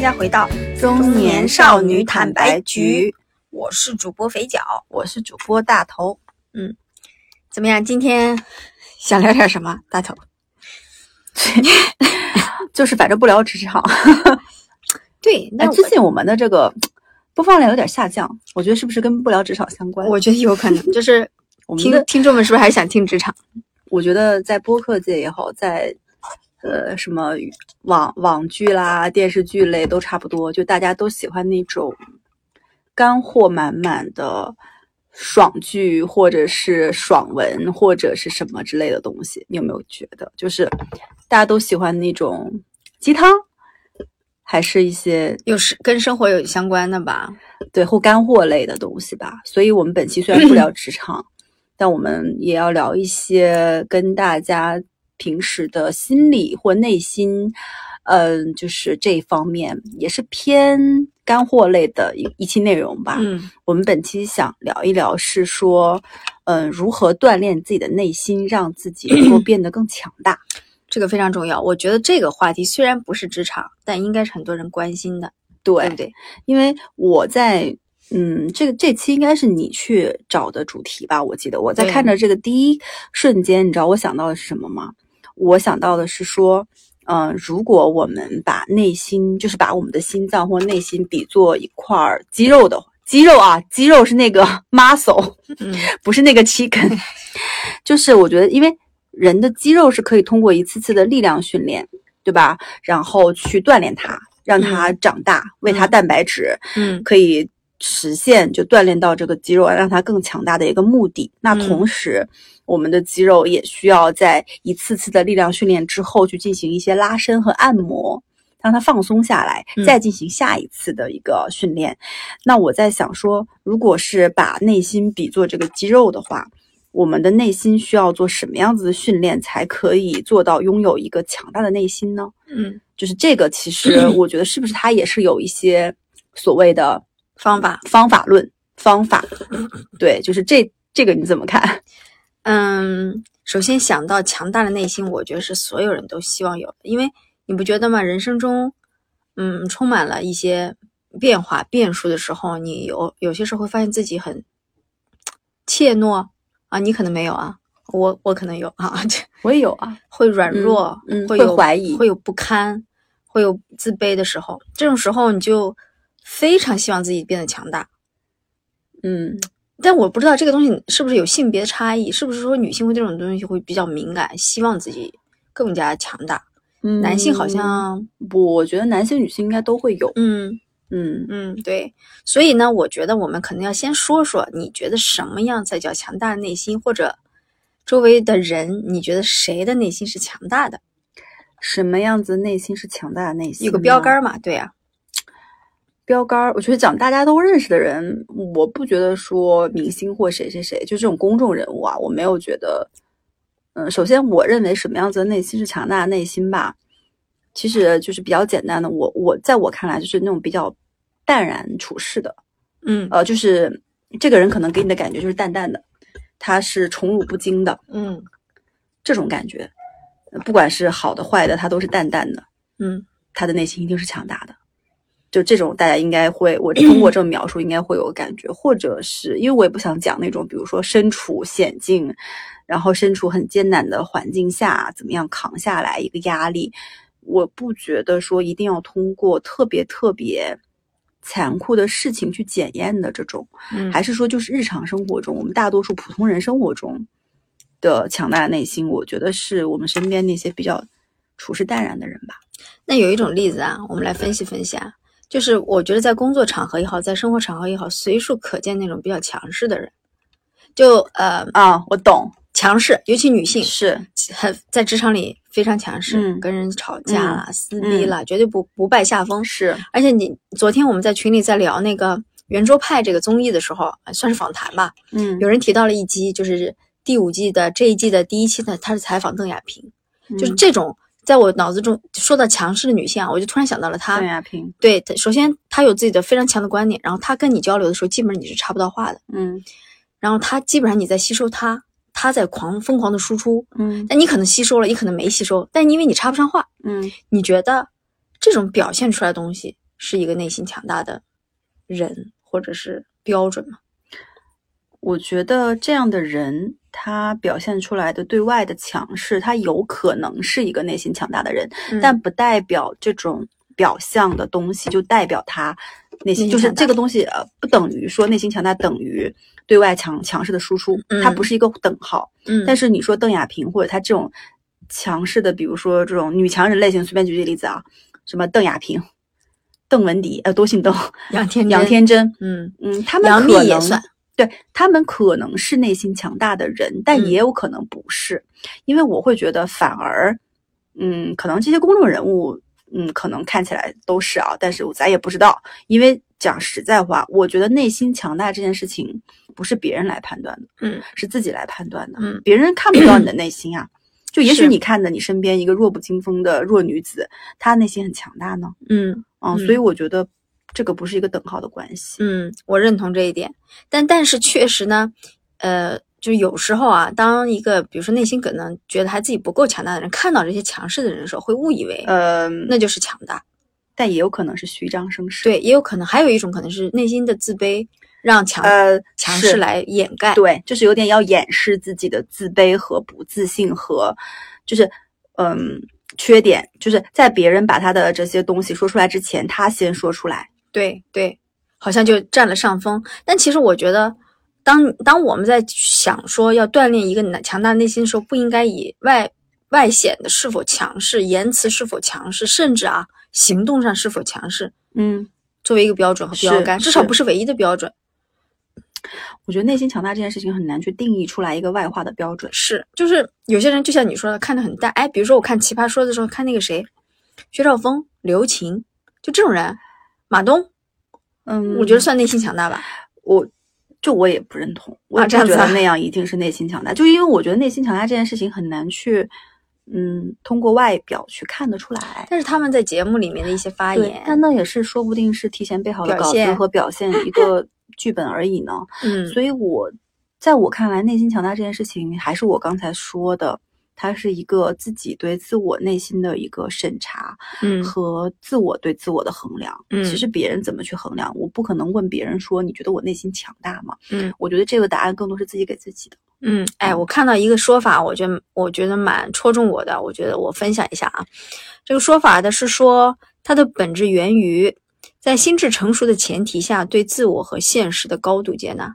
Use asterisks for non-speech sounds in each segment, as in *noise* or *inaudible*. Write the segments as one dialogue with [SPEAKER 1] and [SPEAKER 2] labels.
[SPEAKER 1] 家回到
[SPEAKER 2] 中年少女坦白局，
[SPEAKER 1] 我是主播肥脚。
[SPEAKER 2] 我是主播大头，
[SPEAKER 1] 怎么样？今天
[SPEAKER 2] 想聊点什么？大头，就是反正不聊职场。
[SPEAKER 1] 对，那
[SPEAKER 2] 哎，
[SPEAKER 1] 我
[SPEAKER 2] 最近我们的这个播放量有点下降，我觉得是不是跟不聊职场相关？
[SPEAKER 1] 我觉得有可 *laughs* 能就是
[SPEAKER 2] 我们
[SPEAKER 1] 听
[SPEAKER 2] 的，
[SPEAKER 1] 听众们是不是还是想听职场？
[SPEAKER 2] 我觉得在播客界也好，在呃什么网网剧啦、电视剧类都差不多，就大家都喜欢那种干货满满的。爽剧或者是爽文或者是什么之类的东西，你有没有觉得，就是大家都喜欢那种鸡汤，还是一些
[SPEAKER 1] 有是跟生活有相关的吧？
[SPEAKER 2] 对或干货类的东西吧。所以，我们本期虽然不聊职场，但我们也要聊一些跟大家平时的心理或内心，嗯、就是这一方面也是偏干货类的一一期内容吧。
[SPEAKER 1] 嗯，
[SPEAKER 2] 我们本期想聊一聊是说，嗯、如何锻炼自己的内心，让自己能够变得更强大。
[SPEAKER 1] 这个非常重要。我觉得这个话题虽然不是职场，但应该是很多人关心的，对不对？
[SPEAKER 2] 因为我在嗯，这个这期应该是你去找的主题吧？我记得我在
[SPEAKER 1] 对
[SPEAKER 2] 看着这个第一瞬间，你知道我想到的是什么吗？我想到的是说，嗯、如果我们把内心，就是把我们的心脏或内心比作一块儿肌肉的肌肉啊，肌肉是那个 *laughs* muscle，
[SPEAKER 1] 嗯，
[SPEAKER 2] 不是那个 chicken，就是我觉得，因为人的肌肉是可以通过一次次的力量训练，对吧？然后去锻炼它，让它长大，喂它
[SPEAKER 1] 嗯
[SPEAKER 2] 蛋白质，
[SPEAKER 1] 嗯，
[SPEAKER 2] 可以实现就锻炼到这个肌肉，让它更强大的一个目的。那
[SPEAKER 1] 嗯
[SPEAKER 2] 同时，我们的肌肉也需要在一次次的力量训练之后，去进行一些拉伸和按摩。让它放松下来
[SPEAKER 1] 嗯，
[SPEAKER 2] 再进行下一次的一个训练。那我在想说，如果是把内心比作这个肌肉的话，我们的内心需要做什么样子的训练，才可以做到拥有一个强大的内心呢？
[SPEAKER 1] *laughs* 嗯，
[SPEAKER 2] 就是这个，其 *clears throat* 实我觉得是不是它也是有一些所谓的
[SPEAKER 1] 方法。
[SPEAKER 2] 方法论方法，对，就是这这个你怎么看？ *laughs*
[SPEAKER 1] 嗯，首先想到强大的内心，我觉得是所有人都希望有的，因为你不觉得吗？人生中，嗯，充满了一些变化、变数的时候，你有有些时候会发现自己很怯懦啊，你可能没有啊，我我可能有啊， *laughs* 这
[SPEAKER 2] 我也有啊，
[SPEAKER 1] 会软
[SPEAKER 2] 嗯
[SPEAKER 1] 弱，
[SPEAKER 2] 嗯
[SPEAKER 1] 会
[SPEAKER 2] 会
[SPEAKER 1] 有
[SPEAKER 2] 怀疑
[SPEAKER 1] 会有不堪，会有自卑的时候，这种时候你就非常希望自己变得强大，
[SPEAKER 2] 嗯，
[SPEAKER 1] 但我不知道这个东西是不是有性别差异，是不是说女性会对这种东西会比较敏感，希望自己更加强大。
[SPEAKER 2] 嗯
[SPEAKER 1] 男性好像，
[SPEAKER 2] 不，我觉得男性女性应该都会有，
[SPEAKER 1] 嗯
[SPEAKER 2] 嗯
[SPEAKER 1] 嗯，对。所以呢，我觉得我们可能要先说说，你觉得什么样才叫强大的内心，或者周围的人，你觉得谁的内心是强大的？
[SPEAKER 2] 什么样子内心是强大的内心？
[SPEAKER 1] 有个标杆，儿嘛，对呀、
[SPEAKER 2] 标杆儿，我觉得讲大家都认识的人，我不觉得说明星或谁谁谁，就这种公众人物啊，我没有觉得。嗯，首先我认为什么样子的内心是强大的内心吧，其实就是比较简单的。我我在我看来就是那种比较淡然处事的，
[SPEAKER 1] 嗯
[SPEAKER 2] 呃，就是这个人可能给你的感觉就是淡淡的，他是宠辱不惊的
[SPEAKER 1] 嗯
[SPEAKER 2] 这种感觉，呃不管是好的坏的，他都是淡淡的，
[SPEAKER 1] 嗯
[SPEAKER 2] 他的内心一定是强大的。就这种，大家应该会，我通过这种描述应该会有感觉，或者是因为我也不想讲那种，比如说身处险境，然后身处很艰难的环境下，怎么样扛下来一个压力，我不觉得说一定要通过特别特别残酷的事情去检验的这种。
[SPEAKER 1] 嗯，
[SPEAKER 2] 还是说就是日常生活中，我们大多数普通人生活中的强大的内心，我觉得是我们身边那些比较处事淡然的人吧。
[SPEAKER 1] 那有一种例子啊，我们来分析分析啊，就是我觉得在工作场合也好，在生活场合也好，随处可见那种比较强势的人，就呃
[SPEAKER 2] 啊，我懂，
[SPEAKER 1] 强势，尤其女性
[SPEAKER 2] 是
[SPEAKER 1] 很在职场里非常强势，
[SPEAKER 2] 嗯
[SPEAKER 1] 跟人吵架啦、撕逼啦，绝对不不败下风。
[SPEAKER 2] 是，
[SPEAKER 1] 而且你昨天我们在群里在聊那个《圆桌派》这个综艺的时候，呃算是访谈吧，
[SPEAKER 2] 嗯
[SPEAKER 1] 有人提到了一集，就是第五季的这一季的第一期呢，他是采访邓亚萍。就是
[SPEAKER 2] 嗯
[SPEAKER 1] 这种，在我脑子中说到强势的女性啊，我就突然想到了她
[SPEAKER 2] 邓。亚萍，
[SPEAKER 1] 对，她首先她有自己的非常强的观点，然后她跟你交流的时候，基本上你是插不到话的。
[SPEAKER 2] 嗯
[SPEAKER 1] 然后她基本上你在吸收她，她在狂疯狂的输出，
[SPEAKER 2] 嗯
[SPEAKER 1] 但你可能吸收了，也可能没吸收，但因为你插不上话，
[SPEAKER 2] 嗯
[SPEAKER 1] 你觉得这种表现出来的东西是一个内心强大的人或者是标准嘛？
[SPEAKER 2] 我觉得这样的人，他表现出来的对外的强势，他有可能是一个内心强大的人，
[SPEAKER 1] 嗯
[SPEAKER 2] 但不代表这种表象的东西就代表他内心，
[SPEAKER 1] 内心
[SPEAKER 2] 就是
[SPEAKER 1] 强大
[SPEAKER 2] 这个东西呃，不等于说内心强大等于对外强强势的输出，它
[SPEAKER 1] 嗯
[SPEAKER 2] 不是一个等号。
[SPEAKER 1] 嗯，
[SPEAKER 2] 但
[SPEAKER 1] 是
[SPEAKER 2] 是你说邓亚萍或者她这种强势的，比如说这种女强人类型，随便举个例子啊，什么邓亚萍、邓文迪，呃，都姓邓，
[SPEAKER 1] 杨天
[SPEAKER 2] 杨
[SPEAKER 1] 真，
[SPEAKER 2] 天真，
[SPEAKER 1] 嗯，
[SPEAKER 2] 嗯，他们
[SPEAKER 1] 杨幂
[SPEAKER 2] 可
[SPEAKER 1] 也
[SPEAKER 2] 能
[SPEAKER 1] 算
[SPEAKER 2] 对他们可能是内心强大的人，但
[SPEAKER 1] 嗯
[SPEAKER 2] 也有可能不是，因为我会觉得反而，嗯，可能这些公众人物，嗯，可能看起来都是啊，但是咱也不知道，因为讲实在话，我觉得内心强大这件事情不是别人来判断的，
[SPEAKER 1] 嗯，
[SPEAKER 2] 是自己来判断的，
[SPEAKER 1] 嗯，
[SPEAKER 2] 别人看不到你
[SPEAKER 1] *clears throat*
[SPEAKER 2] 的内心啊。就也许
[SPEAKER 1] 是
[SPEAKER 2] 你看着你身边一个弱不禁风的弱女子，她内心很强大呢，
[SPEAKER 1] 嗯
[SPEAKER 2] 啊，
[SPEAKER 1] 嗯
[SPEAKER 2] 所以我觉得这个不是一个等号的关系。
[SPEAKER 1] 嗯，我认同这一点，但但是确实呢，呃，就有时候啊，当一个比如说内心可能觉得他自己不够强大的人，看到这些强势的人的时候，会误以为
[SPEAKER 2] 呃，
[SPEAKER 1] 那就是强大。
[SPEAKER 2] 但也有可能是虚张声势。，
[SPEAKER 1] 对，也有可能，还有一种可能是内心的自卑，让强、
[SPEAKER 2] 呃，
[SPEAKER 1] 强
[SPEAKER 2] 是
[SPEAKER 1] 势来掩盖。
[SPEAKER 2] 对，就是有点要掩饰自己的自卑和不自信和，就是嗯缺点，就是在别人把他的这些东西说出来之前，他先说出来。
[SPEAKER 1] 对对，好像就占了上风。但其实我觉得，当当我们在想说要锻炼一个男强大内心的时候，不应该以外外显的是否强势、言辞是否强势，甚至啊行动上是否强势
[SPEAKER 2] 嗯，
[SPEAKER 1] 作为一个标准和标
[SPEAKER 2] 是
[SPEAKER 1] 杆，至少
[SPEAKER 2] 是
[SPEAKER 1] 不是唯一的标准。
[SPEAKER 2] 我觉得内心强大这件事情很难去定义出来一个外化的标准。
[SPEAKER 1] 是，就是有些人就像你说的，看得很淡。哎，比如说我看《奇葩说》的时候，看那个谁，薛兆丰、刘晴，就这种人，马东。
[SPEAKER 2] 嗯，
[SPEAKER 1] 我觉得算内心强大吧。
[SPEAKER 2] 我就我也不认同，我也
[SPEAKER 1] 啊
[SPEAKER 2] 不
[SPEAKER 1] 这样
[SPEAKER 2] 觉
[SPEAKER 1] 子
[SPEAKER 2] 得
[SPEAKER 1] 啊
[SPEAKER 2] 那样一定是内心强大，就因为我觉得内心强大这件事情很难去。嗯，通过外表去看得出来，
[SPEAKER 1] 但是他们在节目里面的一些发
[SPEAKER 2] 对，但
[SPEAKER 1] 言，
[SPEAKER 2] 那也是说不定是提前备好的
[SPEAKER 1] 表
[SPEAKER 2] 稿子
[SPEAKER 1] 现
[SPEAKER 2] 和表现一个剧本而已呢。
[SPEAKER 1] 嗯，
[SPEAKER 2] 所以我在我看来，内心强大这件事情，还是我刚才说的，它是一个自己对自我内心的一个审查
[SPEAKER 1] 嗯
[SPEAKER 2] 和自我对自我的衡量。
[SPEAKER 1] 嗯
[SPEAKER 2] 其实别人怎么去衡量，我不可能问别人说你觉得我内心强大吗？
[SPEAKER 1] 嗯
[SPEAKER 2] 我觉得这个答案更多是自己给自己的。
[SPEAKER 1] 嗯，哎，我看到一个说法，我觉得我觉得蛮戳中我的，我觉得我分享一下啊。这个说法的是说，它的本质源于在心智成熟的前提下，对自我和现实的高度接纳。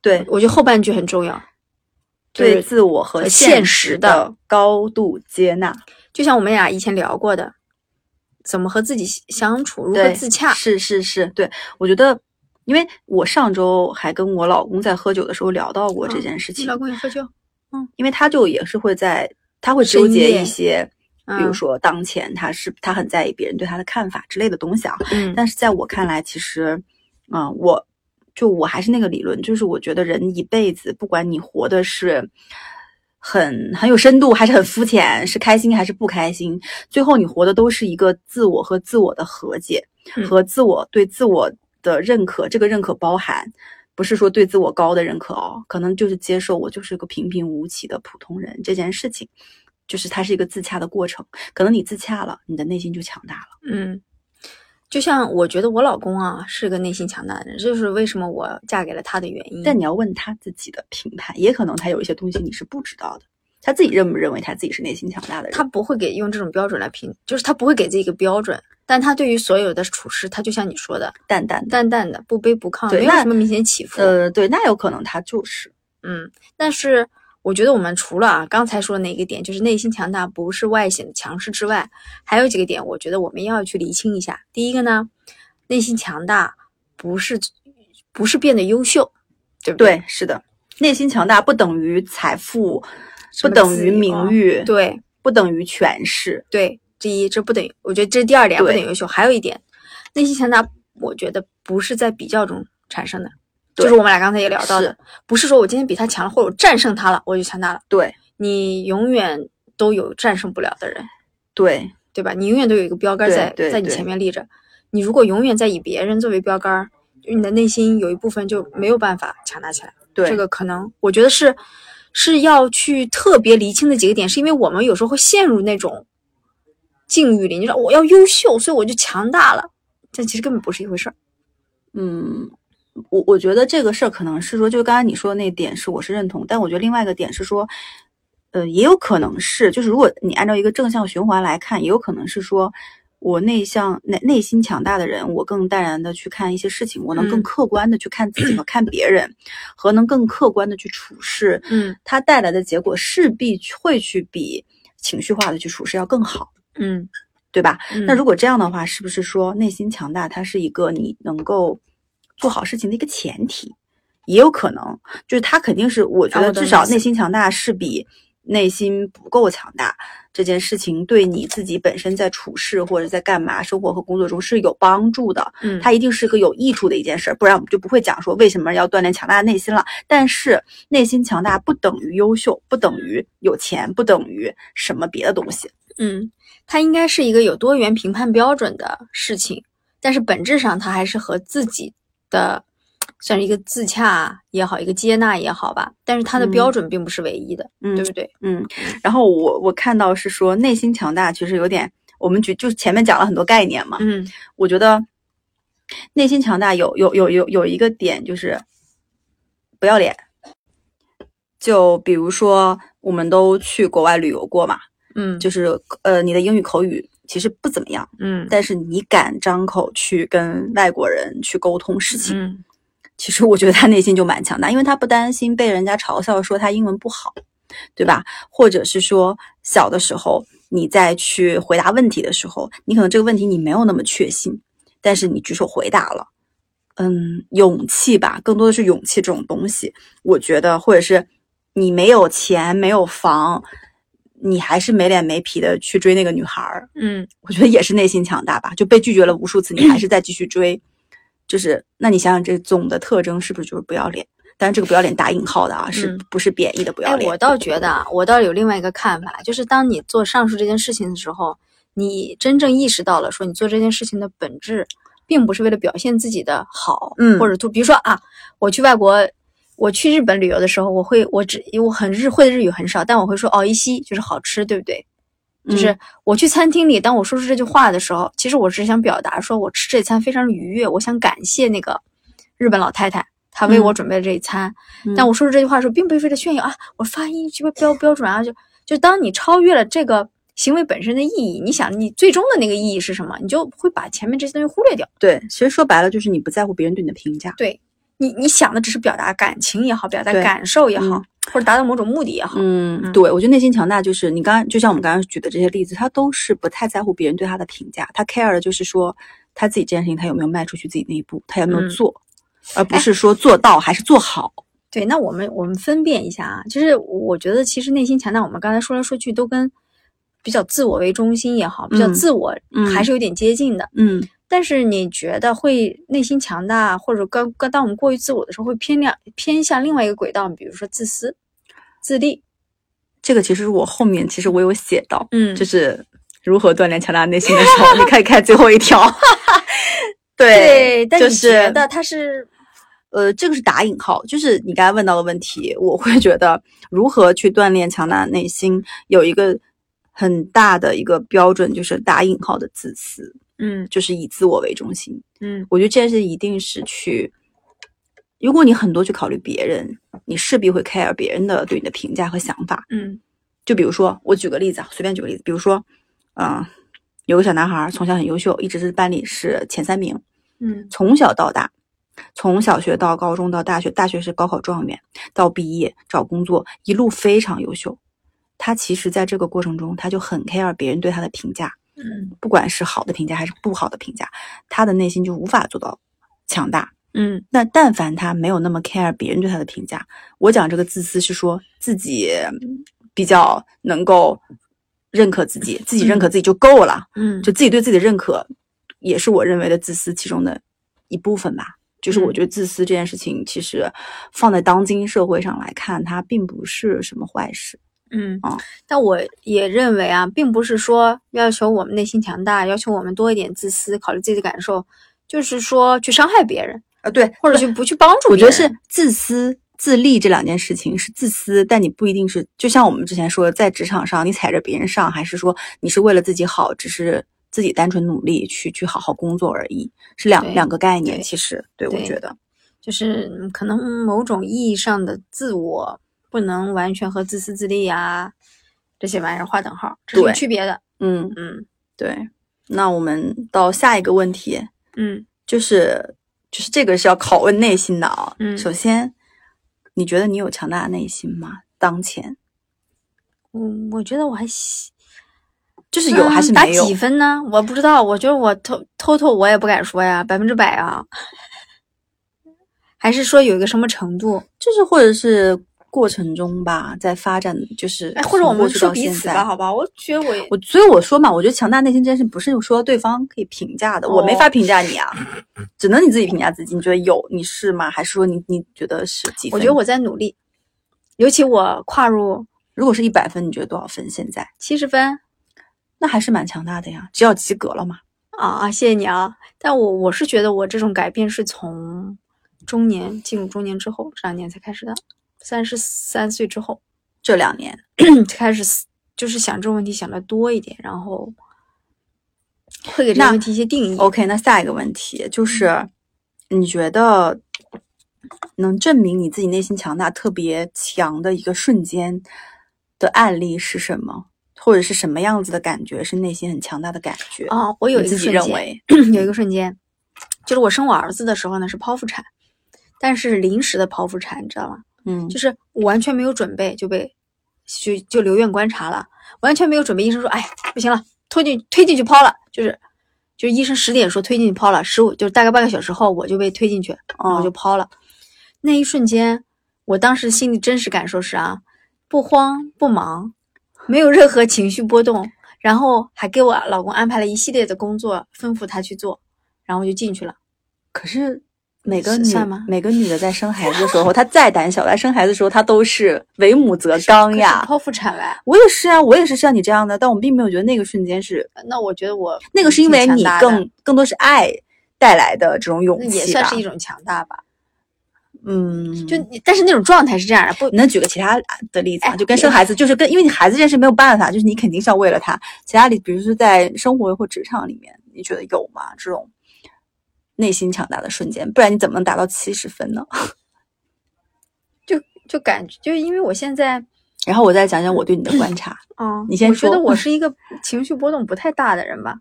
[SPEAKER 2] 对
[SPEAKER 1] 我觉得后半句很重要，就是
[SPEAKER 2] 对自我和
[SPEAKER 1] 和
[SPEAKER 2] 现
[SPEAKER 1] 现
[SPEAKER 2] 实
[SPEAKER 1] 实的
[SPEAKER 2] 的高度接纳，
[SPEAKER 1] 就像我们俩以前聊过的，怎么和自己相处，如何
[SPEAKER 2] 对，
[SPEAKER 1] 自洽。
[SPEAKER 2] 是是是，对我觉得，因为我上周还跟我老公在喝酒的时候聊到过这
[SPEAKER 1] 嗯
[SPEAKER 2] 件事
[SPEAKER 1] 你
[SPEAKER 2] 情，
[SPEAKER 1] 老公也喝酒，
[SPEAKER 2] 因为他就也是会在，他会
[SPEAKER 1] 深
[SPEAKER 2] 纠结
[SPEAKER 1] 夜
[SPEAKER 2] 一些，比如
[SPEAKER 1] 嗯
[SPEAKER 2] 说当前他是他很在意别人对他的看法之类的东西啊。
[SPEAKER 1] 嗯
[SPEAKER 2] 但是在我看来，其实，嗯、我就我还是那个理论，就是我觉得人一辈子，不管你活的是很很有深度，还是很肤浅，是开心还是不开心，最后你活的都是一个自我和自我的和解，
[SPEAKER 1] 嗯
[SPEAKER 2] 和自我对自我的认可。这个认可包含。不是说对自我高的认可哦，可能就是接受我就是个平平无奇的普通人这件事情，就是它是一个自洽的过程。可能你自洽了，你的内心就强大了。
[SPEAKER 1] 嗯，就像我觉得我老公啊是个内心强大的人，这就是为什么我嫁给了他的原因。
[SPEAKER 2] 但你要问他自己的评判，也可能他有一些东西你是不知道的。他自己认不认为他自己是内心强大的人？
[SPEAKER 1] 他不会给用这种标准来评，就是他不会给自己一个标准，但他对于所有的处事，他就像你说的，
[SPEAKER 2] 淡淡的，
[SPEAKER 1] 淡淡的，不卑不亢，
[SPEAKER 2] 对
[SPEAKER 1] 没有
[SPEAKER 2] 那
[SPEAKER 1] 什么明显起伏。
[SPEAKER 2] 呃，对，那有可能他就是
[SPEAKER 1] 嗯，但是我觉得我们除了啊刚才说的那个点，就是内心强大不是外显的强势之外，还有几个点，我觉得我们要去厘清一下。第一个呢，内心强大不是不是变得优秀，对不对？
[SPEAKER 2] 对，是的，内心强大不等于财富，
[SPEAKER 1] 什
[SPEAKER 2] 不
[SPEAKER 1] 么
[SPEAKER 2] 等
[SPEAKER 1] 自
[SPEAKER 2] 于
[SPEAKER 1] 由啊
[SPEAKER 2] 名誉，，
[SPEAKER 1] 对，
[SPEAKER 2] 不等于权势。
[SPEAKER 1] 对，第一，这不等于，我觉得这是第二点，不
[SPEAKER 2] 对
[SPEAKER 1] 等于优秀。还有一点，内心强大，我觉得不是在比较中产生的，
[SPEAKER 2] 对
[SPEAKER 1] 就是我们俩刚才也聊到的
[SPEAKER 2] 是，
[SPEAKER 1] 不是说我今天比他强了，或者我战胜他了，我就强大了。
[SPEAKER 2] 对
[SPEAKER 1] 你永远都有战胜不了的人，
[SPEAKER 2] 对，
[SPEAKER 1] 对吧？你永远都有一个标杆
[SPEAKER 2] 对
[SPEAKER 1] 在
[SPEAKER 2] 对
[SPEAKER 1] 在你
[SPEAKER 2] 对
[SPEAKER 1] 前面立着。你如果永远在以别人作为标杆儿，就你的内心有一部分就没有办法强大起来。
[SPEAKER 2] 对，
[SPEAKER 1] 这个可能我觉得是是要去特别厘清的几个点，是因为我们有时候会陷入那种境遇里，你说我要优秀，所以我就强大了，但其实根本不是一回事儿。
[SPEAKER 2] 嗯，我我觉得这个事儿可能是说，就刚才你说的那点是我是认同，但我觉得另外一个点是说，呃，也有可能是，就是如果你按照一个正向循环来看，也有可能是说我内向、内内心强大的人，我更淡然的去看一些事情，我能更
[SPEAKER 1] 嗯
[SPEAKER 2] 客观的去看自己和看别人，和能更客观的去处事，
[SPEAKER 1] 嗯
[SPEAKER 2] 它带来的结果势必会去比情绪化的去处事要更好，
[SPEAKER 1] 嗯，
[SPEAKER 2] 对吧？那
[SPEAKER 1] 那
[SPEAKER 2] 如
[SPEAKER 1] 如
[SPEAKER 2] 果这样的话，是不是说内心强大，它是一个你能够做好事情的一个前提？也有可能，就是他肯定是，我觉
[SPEAKER 1] 啊
[SPEAKER 2] 得
[SPEAKER 1] 我懂
[SPEAKER 2] 至
[SPEAKER 1] 你
[SPEAKER 2] 少
[SPEAKER 1] 意思
[SPEAKER 2] 内心强大是比内心不够强大这件事情对你自己本身在处事或者在干嘛、生活和工作中是有帮助的。
[SPEAKER 1] 嗯
[SPEAKER 2] 它一定是个有益处的一件事儿，不然我们就不会讲说为什么要锻炼强大的内心了。但是内心强大不等于优秀，不等于有钱，不等于什么别的东西。
[SPEAKER 1] 嗯，它应该是一个有多元评判标准的事情，但是本质上它还是和自己的算是一个自洽也好，一个接纳也好吧，但是它的标
[SPEAKER 2] 嗯
[SPEAKER 1] 准并不是唯一的，
[SPEAKER 2] 嗯
[SPEAKER 1] 对不对？
[SPEAKER 2] 嗯，然后我我看到是说内心强大，其实有点，我们举就前面讲了很多概念嘛，
[SPEAKER 1] 嗯
[SPEAKER 2] 我觉得内心强大有有有有有一个点就是不要脸，就比如说我们都去国外旅游过嘛，
[SPEAKER 1] 嗯
[SPEAKER 2] 就是呃你的英语口语其实不怎么样，
[SPEAKER 1] 嗯
[SPEAKER 2] 但是你敢张口去跟外国人去沟通事情，
[SPEAKER 1] 嗯
[SPEAKER 2] 其实我觉得他内心就蛮强大，因为他不担心被人家嘲笑说他英文不好，对吧？或者是说小的时候你在去回答问题的时候，你可能这个问题你没有那么确信，但是你举手回答了。嗯，勇气吧，更多的是勇气这种东西，我觉得，或者是你没有钱、没有房，你还是没脸没皮的去追那个女孩儿，
[SPEAKER 1] 嗯
[SPEAKER 2] 我觉得也是内心强大吧，就被拒绝了无数次，你还是在继续追，就是那你想想这总的特征是不是就是不要脸？但是这个不要脸打引号的啊，是
[SPEAKER 1] 嗯
[SPEAKER 2] 不是贬义的不要
[SPEAKER 1] 哎，
[SPEAKER 2] 脸？
[SPEAKER 1] 我倒觉得啊，我倒有另外一个看法，就是当你做上述这件事情的时候，你真正意识到了说你做这件事情的本质，并不是为了表现自己的好，
[SPEAKER 2] 嗯
[SPEAKER 1] 或者就比如说啊，我去外国，我去日本旅游的时候，我会我只我很日会的日语很少，但我会说哦一西就是好吃，对不对？
[SPEAKER 2] 嗯
[SPEAKER 1] 就是我去餐厅里，当我说出这句话的时候，其实我只想表达说我吃这餐非常愉悦，我想感谢那个日本老太太，她为我
[SPEAKER 2] 嗯
[SPEAKER 1] 准备了这一餐。
[SPEAKER 2] 嗯
[SPEAKER 1] 但我说出这句话的时候，并不是为了炫耀啊，我发音这个标标准啊，就就当你超越了这个行为本身的意义，你想你最终的那个意义是什么，你就会把前面这些东西忽略掉。
[SPEAKER 2] 对，其实说白了就是你不在乎别人对你的评价。
[SPEAKER 1] 对你，你想的只是表达感情也好，表达
[SPEAKER 2] 对
[SPEAKER 1] 感受也好，
[SPEAKER 2] 嗯
[SPEAKER 1] 或者达到某种目的也好。
[SPEAKER 2] 嗯
[SPEAKER 1] 嗯
[SPEAKER 2] 对，我觉得内心强大就是你刚刚就像我们刚刚举的这些例子，他都是不太在乎别人对他的评价，他 care 的就是说他自己这件事情他有没有迈出去自己那一步，他有没有
[SPEAKER 1] 嗯
[SPEAKER 2] 做，而不是说做到还是做好。
[SPEAKER 1] 对，那我们我们分辨一下啊，就是我觉得其实内心强大，我们刚才说来说去都跟比较自我为中心也好，比较
[SPEAKER 2] 嗯
[SPEAKER 1] 自我
[SPEAKER 2] 嗯
[SPEAKER 1] 还是有点接近的。
[SPEAKER 2] 嗯
[SPEAKER 1] 但是你觉得会内心强大，或者刚刚当我们过于自我的时候，会偏量偏向另外一个轨道，比如说自私、自利，
[SPEAKER 2] 这个其实是我后面其实我有写到，
[SPEAKER 1] 嗯
[SPEAKER 2] 就是是如何锻炼强大内心的时 *laughs* 候，你看看最后一 *laughs* 条，
[SPEAKER 1] 对。但
[SPEAKER 2] 就
[SPEAKER 1] 你觉
[SPEAKER 2] 是
[SPEAKER 1] 得它是
[SPEAKER 2] 呃，这个是打引号，就是你刚才问到的问题，我会觉得如何去锻炼强大的内心，有一个很大的一个标准，就是打引号的自私，
[SPEAKER 1] 嗯
[SPEAKER 2] 就是以自我为中心。
[SPEAKER 1] 嗯
[SPEAKER 2] 我觉得这件事一定是去，如果你很多去考虑别人，你势必会 care 别人的对你的评价和想法，
[SPEAKER 1] 嗯
[SPEAKER 2] 就比如说，我举个例子啊，随便举个例子，比如说，嗯、有个小男孩儿从小很优秀，一直是班里是前三名，
[SPEAKER 1] 嗯
[SPEAKER 2] 从小到大，从小学到高中到大学，大学是高考状元，到毕业找工作，一路非常优秀。他其实在这个过程中，他就很 care 别人对他的评价，
[SPEAKER 1] 嗯
[SPEAKER 2] 不管是好的评价还是不好的评价，他的内心就无法做到强大。
[SPEAKER 1] 嗯
[SPEAKER 2] 那但凡他没有那么 care 别人对他的评价，我讲这个自私是说自己嗯比较能够认可自己，自己认可自己就够了，
[SPEAKER 1] 嗯，
[SPEAKER 2] 就自己对自己的认可，也是我认为的自私其中的一部分吧。就是我
[SPEAKER 1] 嗯
[SPEAKER 2] 觉得自私这件事情，其实放在当今社会上来看，它并不是什么坏事。
[SPEAKER 1] 嗯
[SPEAKER 2] 啊，
[SPEAKER 1] 但我也认为啊，并不是说要求我们内心强大，要求我们多一点自私，考虑自己的感受，就是说去伤害别人，
[SPEAKER 2] 啊，对，
[SPEAKER 1] 或者去不去帮助
[SPEAKER 2] 我
[SPEAKER 1] 别人。
[SPEAKER 2] 觉得是自私自利这两件事情是自私，但你不一定是就像我们之前说的，在职场上你踩着别人上，还是说你是为了自己好，只是。自己单纯努力去去好好工作而已，是两
[SPEAKER 1] 对
[SPEAKER 2] 两个概念。
[SPEAKER 1] 对
[SPEAKER 2] 其实，对
[SPEAKER 1] 对
[SPEAKER 2] 我觉得，
[SPEAKER 1] 就是嗯可能某种意义上的自我不能完全和自私自利啊这些玩意儿划等号，这是有
[SPEAKER 2] 对
[SPEAKER 1] 区别的。
[SPEAKER 2] 嗯，
[SPEAKER 1] 嗯
[SPEAKER 2] 对。那我们到下一个问题，
[SPEAKER 1] 嗯
[SPEAKER 2] 就是就是这个是要拷问内心的啊。
[SPEAKER 1] 嗯
[SPEAKER 2] 首先，你觉得你有强大的内心吗？当前
[SPEAKER 1] 嗯，我觉得我还行
[SPEAKER 2] 就是有还
[SPEAKER 1] 嗯
[SPEAKER 2] 是
[SPEAKER 1] 打
[SPEAKER 2] 没有？
[SPEAKER 1] 几分呢？我不知道，我觉得我偷偷偷我也不敢说呀，百分之百啊，还是说有一个什么程度？
[SPEAKER 2] 就是或者是过程中吧，在发展就是
[SPEAKER 1] 哎，或者我
[SPEAKER 2] 从过
[SPEAKER 1] 们
[SPEAKER 2] 去
[SPEAKER 1] 说
[SPEAKER 2] 到
[SPEAKER 1] 彼
[SPEAKER 2] 现
[SPEAKER 1] 此
[SPEAKER 2] 在
[SPEAKER 1] 吧，好吧？我觉得我也
[SPEAKER 2] 我所以我说嘛，我觉得强大内心这件事不是说对方可以评价的，我没
[SPEAKER 1] 哦
[SPEAKER 2] 法评价你啊，只能你自己评价自己。你觉得有你是吗？还是说你你觉得是几分？
[SPEAKER 1] 我觉得我在努力，尤其我跨入
[SPEAKER 2] 如果是一百分，你觉得多少分？现在
[SPEAKER 1] 七十分，
[SPEAKER 2] 那还是蛮强大的呀，只要及格了嘛。
[SPEAKER 1] 啊啊，谢谢你啊！但我我是觉得我这种改变是从中年进入中年之后这两年才开始的，三十三岁之后 *clears throat*
[SPEAKER 2] 这两年
[SPEAKER 1] 开始思就是想这种问题想的多一点，然后会给这
[SPEAKER 2] 那
[SPEAKER 1] 个问题一些定义。
[SPEAKER 2] ，OK，那下一个问题
[SPEAKER 1] 嗯
[SPEAKER 2] 就是，你觉得能证明你自己内心强大特别强的一个瞬间的案例是什么？或者是什么样子的感觉是内心很强大的感觉？
[SPEAKER 1] 啊，我有
[SPEAKER 2] 你
[SPEAKER 1] 一个
[SPEAKER 2] 自己
[SPEAKER 1] 瞬
[SPEAKER 2] 认
[SPEAKER 1] 间，
[SPEAKER 2] 为
[SPEAKER 1] *clears throat* 有一个瞬间，就是我生我儿子的时候呢是剖腹产，但是临时的剖腹产，你知道吗？
[SPEAKER 2] 嗯
[SPEAKER 1] 就是我完全没有准备就被就就留院观察了，完全没有准备。医生说，哎，不行了，推进推进去剖了，就是就医生十点说推进去剖了，十五就是大概半个小时后我就被推进去，然后
[SPEAKER 2] 哦
[SPEAKER 1] 就剖了。那一瞬间，我当时心里真实感受是啊，不慌不忙，没有任何情绪波动，然后还给我老公安排了一系列的工作，吩咐他去做，然后我就进去了。
[SPEAKER 2] 可是每个
[SPEAKER 1] 是
[SPEAKER 2] 女
[SPEAKER 1] 算吗
[SPEAKER 2] 每个女的在生孩子的时候，她再胆小，在生孩子的时候，她都是为母则刚
[SPEAKER 1] 可是
[SPEAKER 2] 呀。
[SPEAKER 1] 剖腹产来，
[SPEAKER 2] 我也是啊，我也是像你这样的，但我并没有觉得那个瞬间是
[SPEAKER 1] 那我觉得我
[SPEAKER 2] 那个，是因为
[SPEAKER 1] 挺强
[SPEAKER 2] 你
[SPEAKER 1] 大的
[SPEAKER 2] 更更多是爱带来的这种勇
[SPEAKER 1] 那
[SPEAKER 2] 气吧。
[SPEAKER 1] 也算是一种强大吧。
[SPEAKER 2] 嗯，
[SPEAKER 1] 就你，但是那种状态是这样的，不
[SPEAKER 2] 你能举个其他的例子吗？
[SPEAKER 1] 哎
[SPEAKER 2] 就跟生孩子，就是跟因为你孩子这件事没有办法，就是你肯定是要为了他。其他里，比如说在生活或职场里面，你觉得有吗？这种内心强大的瞬间，不然你怎么能达到七十分呢？
[SPEAKER 1] 就就感觉，就是因为我现在，
[SPEAKER 2] 然后我再讲讲我对你的观察。
[SPEAKER 1] 嗯，
[SPEAKER 2] 啊你先
[SPEAKER 1] 我觉
[SPEAKER 2] 说
[SPEAKER 1] 得我是一个情绪波动不太大的人吧，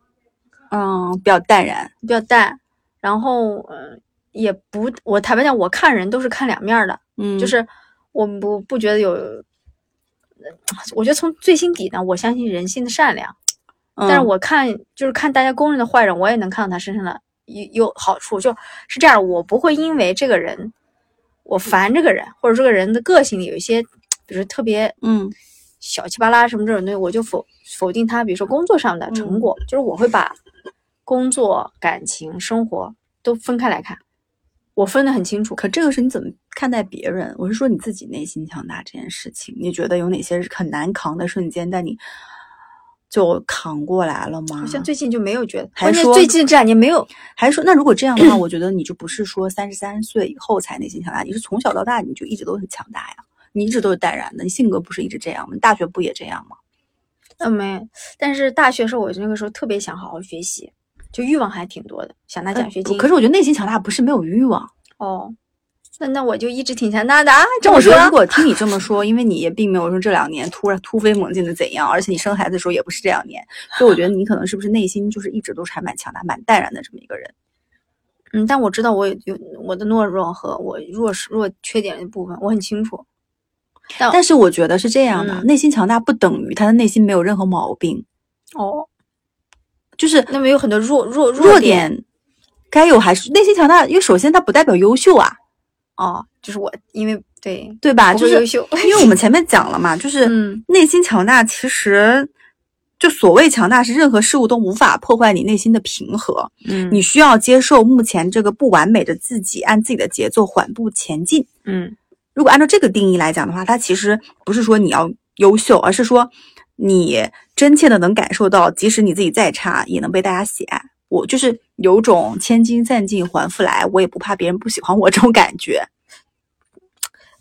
[SPEAKER 2] 嗯，比较淡然。
[SPEAKER 1] 比较淡，然后嗯、呃也不，我坦白讲，我看人都是看两面儿的，
[SPEAKER 2] 嗯，
[SPEAKER 1] 就是我不不觉得有，呃我觉得从最心底呢，我相信人性的善良，
[SPEAKER 2] 嗯，
[SPEAKER 1] 但是我看就是看大家公认的坏人，我也能看到他身上的有有好处，就是这样，我不会因为这个人，我烦这个人，或者这个人的个性有一些，比如说特别
[SPEAKER 2] 嗯
[SPEAKER 1] 小气巴拉什么这种东西，我就否否定他，比如说工作上的
[SPEAKER 2] 嗯
[SPEAKER 1] 成果，就是我会把工作、感情、生活都分开来看，我分得很清楚。
[SPEAKER 2] 可这个是你怎么看待别人？我是说你自己内心强大这件事情，你觉得有哪些是很难扛的瞬间，但你就扛过来了吗
[SPEAKER 1] 好？像最近就没有觉得，
[SPEAKER 2] 嗯还
[SPEAKER 1] 关键
[SPEAKER 2] 说
[SPEAKER 1] 最近这两年没有，
[SPEAKER 2] 还是说，那如果这样的话，我觉得你就不是说三十三岁以后才内心强大，你是从小到大你就一直都很强大呀，你一直都是淡然的，你性格不是一直这样吗？你大学不也这样吗？
[SPEAKER 1] 嗯没。但是大学时候我那个时候特别想好好学习，就欲望还挺多的，想拿
[SPEAKER 2] 哎
[SPEAKER 1] 奖学金。
[SPEAKER 2] 可是我觉得内心强大不是没有欲望。
[SPEAKER 1] 哦，那那我就一直挺强大的啊！这
[SPEAKER 2] 我
[SPEAKER 1] 么
[SPEAKER 2] 觉
[SPEAKER 1] 说
[SPEAKER 2] 得，
[SPEAKER 1] 啊
[SPEAKER 2] 如果听你这么说，因为你也并没有说这两年突然突飞猛进的怎样，而且你生孩子的时候也不是这两年，所以我觉得你可能是不是内心就是一直都是还蛮强大、蛮淡然的这么一个人。
[SPEAKER 1] 嗯，但我知道我有有我的懦弱和我弱势弱缺点的部分，我很清楚。但
[SPEAKER 2] 但是我觉得是这样的，
[SPEAKER 1] 嗯
[SPEAKER 2] 内心强大不等于他的内心没有任何毛病，
[SPEAKER 1] 哦，
[SPEAKER 2] 就是
[SPEAKER 1] 那么有很多弱弱
[SPEAKER 2] 弱
[SPEAKER 1] 点
[SPEAKER 2] 点该有还是内心强大，因为首先它不代表优秀啊，
[SPEAKER 1] 哦，就是我因为对
[SPEAKER 2] 对吧？
[SPEAKER 1] 不
[SPEAKER 2] 就
[SPEAKER 1] 够
[SPEAKER 2] 是
[SPEAKER 1] 优秀，
[SPEAKER 2] 因为我
[SPEAKER 1] *laughs*
[SPEAKER 2] 们前面讲了嘛，就是
[SPEAKER 1] 嗯
[SPEAKER 2] 内心强大，其实就所谓强大是任何事物都无法破坏你内心的平和，
[SPEAKER 1] 嗯
[SPEAKER 2] 你需要接受目前这个不完美的自己，按自己的节奏缓步前进。
[SPEAKER 1] 嗯
[SPEAKER 2] 如果按照这个定义来讲的话，它其实不是说你要优秀，而是说你真切的能感受到，即使你自己再差，也能被大家喜爱。我就是有种千金散尽还复来，我也不怕别人不喜欢我这种感觉。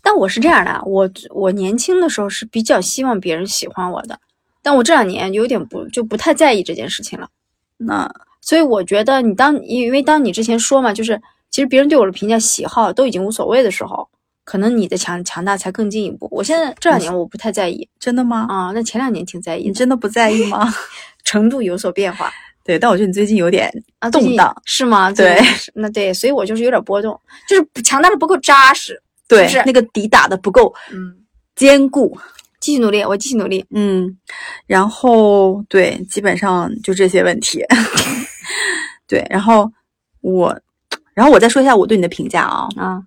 [SPEAKER 1] 但我是这样的，啊我我年轻的时候是比较希望别人喜欢我的，但我这两年有点不就不太在意这件事情了。
[SPEAKER 2] 那
[SPEAKER 1] 所以我觉得你当因为当你之前说嘛，就是其实别人对我的评价、喜好都已经无所谓的时候，可能你的强强大才更进一步。我现在这两年我不太在意
[SPEAKER 2] 真的吗？
[SPEAKER 1] 啊、那前两年挺在意
[SPEAKER 2] 你
[SPEAKER 1] 的，
[SPEAKER 2] 真的不在意吗？ *laughs*
[SPEAKER 1] 程度有所变化
[SPEAKER 2] 对，但我觉得你最近有点
[SPEAKER 1] 啊。最近
[SPEAKER 2] 动荡
[SPEAKER 1] 是
[SPEAKER 2] *laughs*
[SPEAKER 1] 吗？
[SPEAKER 2] 对
[SPEAKER 1] 最近是，那对，所以我就是有点波动，就是不强大的不够扎实。嗯
[SPEAKER 2] 对
[SPEAKER 1] 是
[SPEAKER 2] 那个底打的不够
[SPEAKER 1] 嗯，
[SPEAKER 2] 坚固。
[SPEAKER 1] 继续努力，我继续努力。
[SPEAKER 2] 嗯，然后对，基本上就这些问题。 *laughs* 对，然后我，然后我再说一下我对你的评价啊。
[SPEAKER 1] 啊，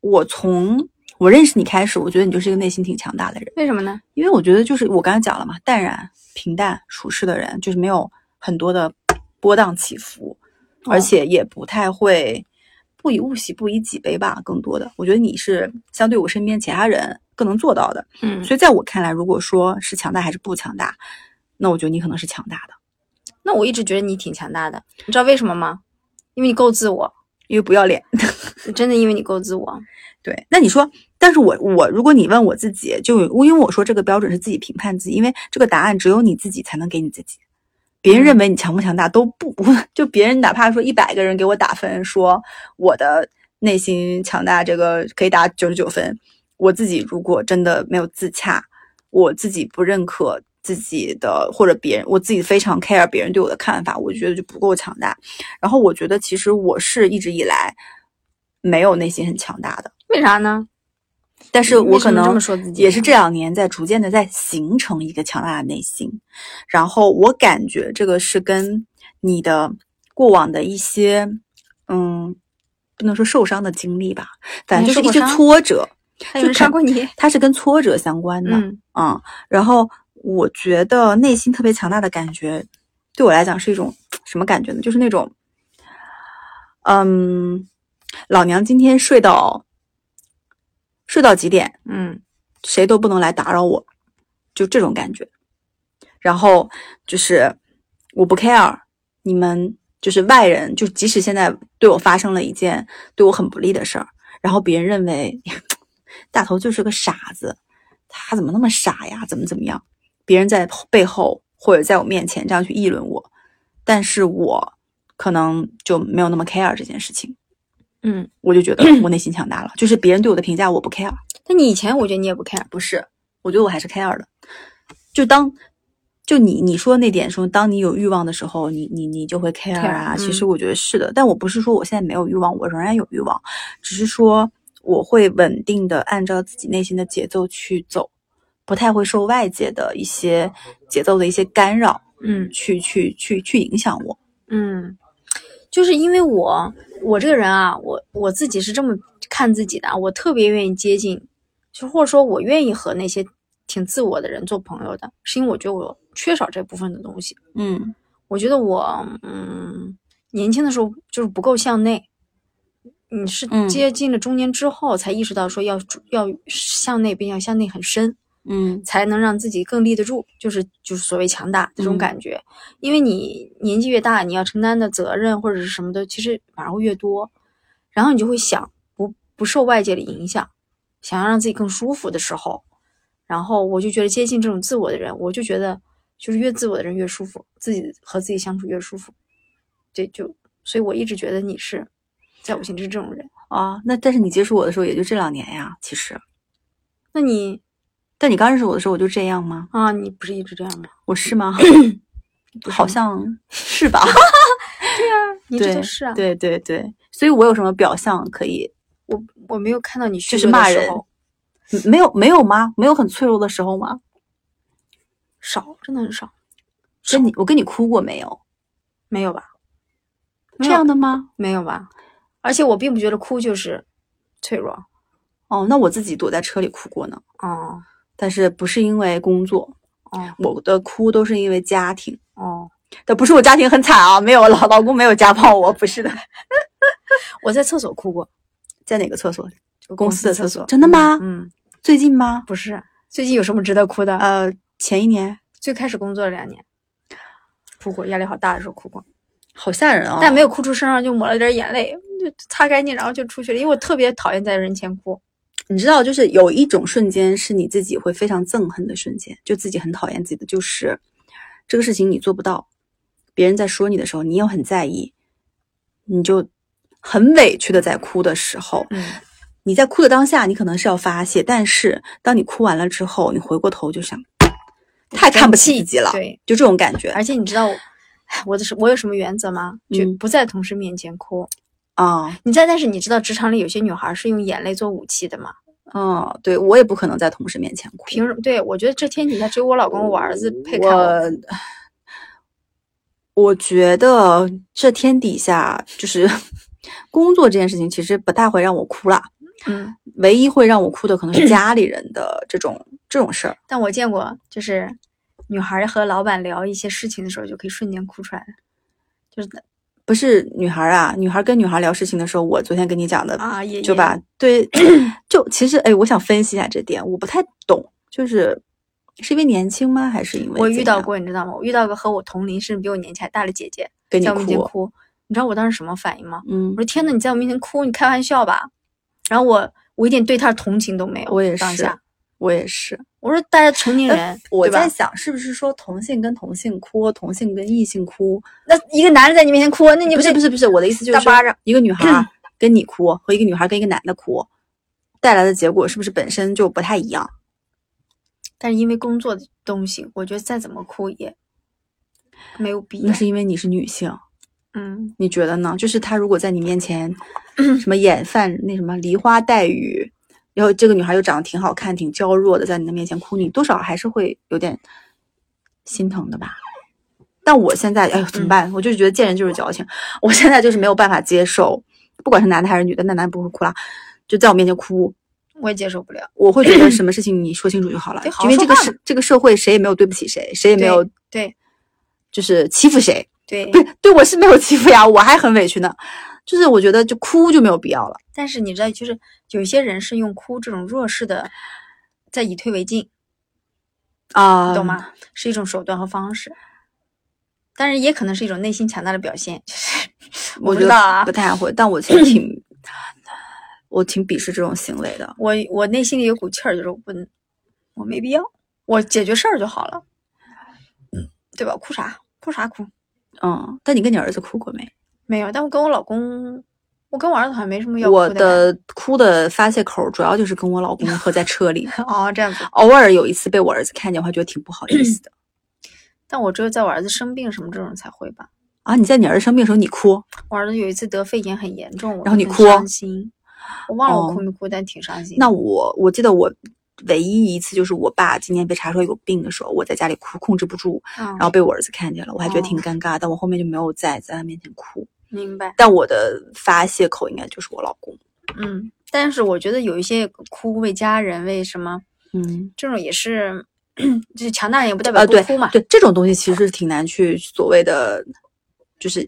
[SPEAKER 2] 我从我认识你开始，我觉得你就是一个内心挺强大的人，
[SPEAKER 1] 为什么呢？
[SPEAKER 2] 因为我觉得就是我刚才讲了嘛，淡然、平淡、熟适的人，就是没有很多的波荡起伏，而
[SPEAKER 1] 哦
[SPEAKER 2] 且也不太会不以物喜，不以己悲吧。更多的，我觉得你是相对我身边其他人更能做到的。
[SPEAKER 1] 嗯，
[SPEAKER 2] 所以在我看来，如果说是强大还是不强大，那我觉得你可能是强大的，
[SPEAKER 1] 那我一直觉得你挺强大的，你知道为什么吗？因为你够自我，
[SPEAKER 2] 因为不要脸。
[SPEAKER 1] 真的因为你够自我。
[SPEAKER 2] 对，那你说，但是我我如果你问我自己，就因为我说这个标准是自己评判自己，因为这个答案只有你自己才能给你自己。别人
[SPEAKER 1] 嗯
[SPEAKER 2] 认为你强不强大都不 *laughs* 就别人哪怕说一百个人给我打分，说我的内心强大这个可以打九十九分，我自己如果真的没有自洽，我自己不认可自己的或者别人，我自己非常 care 别人对我的看法，我觉得就不够强大。然后我觉得其实我是一直以来没有内心很强大的。
[SPEAKER 1] 为啥呢？
[SPEAKER 2] 但是
[SPEAKER 1] 为
[SPEAKER 2] 我
[SPEAKER 1] 什
[SPEAKER 2] 可
[SPEAKER 1] 么这
[SPEAKER 2] 能
[SPEAKER 1] 么说自己啊
[SPEAKER 2] 也是
[SPEAKER 1] 呢
[SPEAKER 2] 这两年在逐渐的在形成一个强大的内心，然后我感觉这个是跟你的过往的一些，嗯，不能说受伤的经历吧，反正
[SPEAKER 1] 你还嗯受
[SPEAKER 2] 就是一
[SPEAKER 1] 过
[SPEAKER 2] 些
[SPEAKER 1] 伤
[SPEAKER 2] 挫折，
[SPEAKER 1] 还有人伤过你？
[SPEAKER 2] 它是跟挫折相关的
[SPEAKER 1] 嗯，
[SPEAKER 2] 啊、嗯然后我觉得内心特别强大的感觉，对我来讲是一种什么感觉呢？就是那种，嗯，老娘今天睡到睡到几点？
[SPEAKER 1] 嗯，
[SPEAKER 2] 谁都不能来打扰我，就这种感觉。然后就是我不 care 你们，就是外人，就即使现在对我发生了一件对我很不利的事儿，然后别人认为 *laughs* 大头就是个傻子，他怎么那么傻呀？怎么怎么样？别人在背后或者在我面前这样去议论我，但是我可能就没有那么 care 这件事情，
[SPEAKER 1] 嗯，
[SPEAKER 2] 我就觉得我内心强大了，就是别人对我的评价我不 care。
[SPEAKER 1] 但你以前我觉得你也不 care，
[SPEAKER 2] 不是，我觉得我还是 care 的。就当就你你说的那点说，当你有欲望的时候，你你你就会 care 啊。
[SPEAKER 1] care，
[SPEAKER 2] 其实
[SPEAKER 1] 嗯
[SPEAKER 2] 我觉得是的，但我不是说我现在没有欲望，我仍然有欲望，只是说我会稳定的按照自己内心的节奏去走，不太会受外界的一些节奏的一些干扰
[SPEAKER 1] 嗯
[SPEAKER 2] 去去去去影响我。
[SPEAKER 1] 嗯，就是因为我我这个人啊，我我自己是这么看自己的啊，我特别愿意接近，就或者说我愿意和那些挺自我的人做朋友的，是因为我觉得我缺少这部分的东西。
[SPEAKER 2] 嗯
[SPEAKER 1] 我觉得我嗯，年轻的时候就是不够向内，你是
[SPEAKER 2] 嗯
[SPEAKER 1] 接近了中年之后才意识到说要主要向内，并且要向内很深。
[SPEAKER 2] 嗯
[SPEAKER 1] 才能让自己更立得住，就是就是所谓强大这种
[SPEAKER 2] 嗯
[SPEAKER 1] 感觉。因为你年纪越大，你要承担的责任或者是什么的，其实反而会越多，然后你就会想不不受外界的影响，想要让自己更舒服的时候，然后我就觉得接近这种自我的人，我就觉得就是越自我的人越舒服，自己和自己相处越舒服。这就所以我一直觉得你是在我心里是这种人。
[SPEAKER 2] 啊，那但是你接触我的时候也就这两年呀，其实。
[SPEAKER 1] 那你
[SPEAKER 2] 但你刚认识我的时候我就这样吗？
[SPEAKER 1] 啊，你不是一直这样吗？
[SPEAKER 2] 我是吗？
[SPEAKER 1] 不是
[SPEAKER 2] 好
[SPEAKER 1] 吗
[SPEAKER 2] 像是吧？
[SPEAKER 1] 你一直都是啊。
[SPEAKER 2] 对对对，所以我有什么表象可以？
[SPEAKER 1] 我我没有看到你
[SPEAKER 2] 就
[SPEAKER 1] 虚
[SPEAKER 2] 是
[SPEAKER 1] 弱的
[SPEAKER 2] 骂
[SPEAKER 1] 时
[SPEAKER 2] 人
[SPEAKER 1] 候
[SPEAKER 2] 嗯没有没有吗？没有很脆弱的时候吗？
[SPEAKER 1] 少，真的很少，
[SPEAKER 2] 跟你我跟你哭过没有？
[SPEAKER 1] 没有吧？没
[SPEAKER 2] 这
[SPEAKER 1] 有
[SPEAKER 2] 样的吗？
[SPEAKER 1] 没有吧？而且我并不觉得哭就是脆弱
[SPEAKER 2] 哦，那我自己躲在车里哭过呢，
[SPEAKER 1] 哦
[SPEAKER 2] 但是不是因为工作，
[SPEAKER 1] 哦
[SPEAKER 2] 我的哭都是因为家庭。
[SPEAKER 1] 哦！
[SPEAKER 2] 但不是我家庭很惨啊，没有老老公没有家暴我，不是的，
[SPEAKER 1] 我在厕所哭过，
[SPEAKER 2] 在哪个厕所？
[SPEAKER 1] 就
[SPEAKER 2] 公司
[SPEAKER 1] 司
[SPEAKER 2] 的
[SPEAKER 1] 的
[SPEAKER 2] 厕所
[SPEAKER 1] 所。
[SPEAKER 2] 真的吗
[SPEAKER 1] 嗯，嗯
[SPEAKER 2] 最近吗？
[SPEAKER 1] 不是，最近有什么值得哭的？
[SPEAKER 2] 呃，前一年，
[SPEAKER 1] 最开始工作两年，哭过，压力好大的时候哭过，
[SPEAKER 2] 哦好吓人啊
[SPEAKER 1] 但没有哭出声儿，就抹了点眼泪，就擦干净，然后就出去了。因为我特别讨厌在人前哭。
[SPEAKER 2] 你知道，就是有一种瞬间是你自己会非常憎恨的瞬间，就自己很讨厌自己的，就是这个事情你做不到，别人在说你的时候，你又很在意，你就很委屈的在哭的时候，
[SPEAKER 1] 嗯，
[SPEAKER 2] 你在哭的当下，你可能是要发泄，但是当你哭完了之后，你回过头就想，太看不起自己了，
[SPEAKER 1] 对，
[SPEAKER 2] 就这种感觉
[SPEAKER 1] 而且你知道我，哎我的是我有什么原则吗？就
[SPEAKER 2] 嗯
[SPEAKER 1] 不在同事面前哭。
[SPEAKER 2] 啊，
[SPEAKER 1] 你在，但是你知道职场里有些女孩是用眼泪做武器的嘛？
[SPEAKER 2] 嗯，对我也不可能在同事面前哭，
[SPEAKER 1] 凭什么？对我觉得这天底下只有我老公、我儿子
[SPEAKER 2] 哦
[SPEAKER 1] 配看我。
[SPEAKER 2] 我我觉得这天底下就是 *laughs* 工作这件事情，其实不大会让我哭啦。
[SPEAKER 1] 嗯，
[SPEAKER 2] 唯一会让我哭的，可能是家里人的这种这种事儿。
[SPEAKER 1] 但我见过，就是女孩和老板聊一些事情的时候，就可以瞬间哭出来，就是
[SPEAKER 2] 不是女孩儿啊，女孩儿跟女孩儿聊事情的时候，我昨天跟你讲的，
[SPEAKER 1] 啊，也
[SPEAKER 2] 就把对， *coughs* 就其实哎，我想分析一下这点，我不太懂，就是是因为年轻吗，还是因为
[SPEAKER 1] 我
[SPEAKER 2] 怎
[SPEAKER 1] 遇到
[SPEAKER 2] 样
[SPEAKER 1] 过，你知道吗？我遇到个和我同龄，甚至比我年纪还大的姐姐，
[SPEAKER 2] 跟你
[SPEAKER 1] 在我面前
[SPEAKER 2] 哭？
[SPEAKER 1] 哭。你知道我当时什么反应吗？
[SPEAKER 2] 嗯
[SPEAKER 1] 我，说天呐，你在我面前哭，你开玩笑吧？然后我我一点对她的同情都没有。
[SPEAKER 2] 我也
[SPEAKER 1] 当
[SPEAKER 2] 是
[SPEAKER 1] 下，
[SPEAKER 2] 我也是。
[SPEAKER 1] 我说大家成年
[SPEAKER 2] 哎
[SPEAKER 1] 人，
[SPEAKER 2] 我
[SPEAKER 1] 对吧
[SPEAKER 2] 在想，是不是说同性跟同性哭，同性跟异性哭？
[SPEAKER 1] 那一个男人在你面前哭，那你
[SPEAKER 2] 不是不
[SPEAKER 1] 是
[SPEAKER 2] 是不是，我的意思就是
[SPEAKER 1] 大
[SPEAKER 2] 说嗯
[SPEAKER 1] 巴掌
[SPEAKER 2] 一个女孩儿跟你哭和一个女孩儿跟一个男的哭，带来的结果是不是本身就不太一样？
[SPEAKER 1] 但是因为工作的东西，我觉得再怎么哭也没有必
[SPEAKER 2] 那
[SPEAKER 1] 要。
[SPEAKER 2] 是因为你是女性，
[SPEAKER 1] 嗯，
[SPEAKER 2] 你觉得呢？就是他如果在你面前什么眼泛那什么梨花带雨，然后这个女孩又长得挺好看、挺娇弱的，在你的面前哭，你多少还是会有点心疼的吧？但我现在，哎呦，怎
[SPEAKER 1] 嗯
[SPEAKER 2] 么办？我就觉得见人就是矫情，我现在就是没有办法接受，不管是男的还是女的，那男的不会哭啦，就在我面前哭，
[SPEAKER 1] 我也接受不了。
[SPEAKER 2] 我会觉得什么事情你说清楚就好了
[SPEAKER 1] 对好，好
[SPEAKER 2] 因为这个
[SPEAKER 1] 说话
[SPEAKER 2] 社这个社会谁也没有对不起谁，谁也没有
[SPEAKER 1] 对
[SPEAKER 2] 就是欺负谁，
[SPEAKER 1] 对，
[SPEAKER 2] 对对我是没有欺负呀，我还很委屈呢。就是我觉得就哭就没有必要了，
[SPEAKER 1] 但是你知道，就是有些人是用哭这种弱势的，在以退为进，
[SPEAKER 2] 啊、
[SPEAKER 1] 你懂？吗？
[SPEAKER 2] 嗯
[SPEAKER 1] 是一种手段和方式，但是也可能是一种内心强大的表现。我不
[SPEAKER 2] 我觉
[SPEAKER 1] 知
[SPEAKER 2] 得
[SPEAKER 1] 道啊
[SPEAKER 2] 不，太会，但我其实挺， *clears throat* 我挺鄙视这种行为的。
[SPEAKER 1] 我我内心里有股气儿，就是我不能，我没必要，我解决事儿就好了，对吧？哭啥哭啥哭，
[SPEAKER 2] 嗯，但你跟你儿子哭过没？
[SPEAKER 1] 没有。但我跟我老公，我跟我儿子好像没什么要哭
[SPEAKER 2] 我
[SPEAKER 1] 的
[SPEAKER 2] 的哭的发泄口主要就是跟我老公和在
[SPEAKER 1] *laughs*
[SPEAKER 2] 车里，
[SPEAKER 1] 感觉哦，这样子。
[SPEAKER 2] 偶尔有一次被我儿子看见，我还觉得挺不好意思的。 *clears throat*
[SPEAKER 1] 但我只有在我儿子生病什么这种才会吧。
[SPEAKER 2] 啊，你在你儿子生病的时候你哭，
[SPEAKER 1] 我儿子有一次得肺炎很严重，我
[SPEAKER 2] 然后你
[SPEAKER 1] 很
[SPEAKER 2] 哭
[SPEAKER 1] 伤心。我忘了我
[SPEAKER 2] 哦
[SPEAKER 1] 哭没哭，但挺伤心。
[SPEAKER 2] 那我我记得我唯一一次就是我爸今年被查出来有病的时候，我在家里哭控制不住，
[SPEAKER 1] 然
[SPEAKER 2] 然后被我儿子看见了，我还觉得
[SPEAKER 1] 哦
[SPEAKER 2] 挺尴尬，但我后面就没有再在他面前哭。
[SPEAKER 1] 明白，
[SPEAKER 2] 但我的发泄口应该就是我老公。
[SPEAKER 1] 嗯。但是我觉得有一些哭为家人为什么
[SPEAKER 2] 嗯，
[SPEAKER 1] 这种也是， *clears throat* 就是强大人也不代表
[SPEAKER 2] 呃，
[SPEAKER 1] 不
[SPEAKER 2] 对
[SPEAKER 1] 哭嘛。
[SPEAKER 2] 对，这种东西其实是挺难去所谓的，就是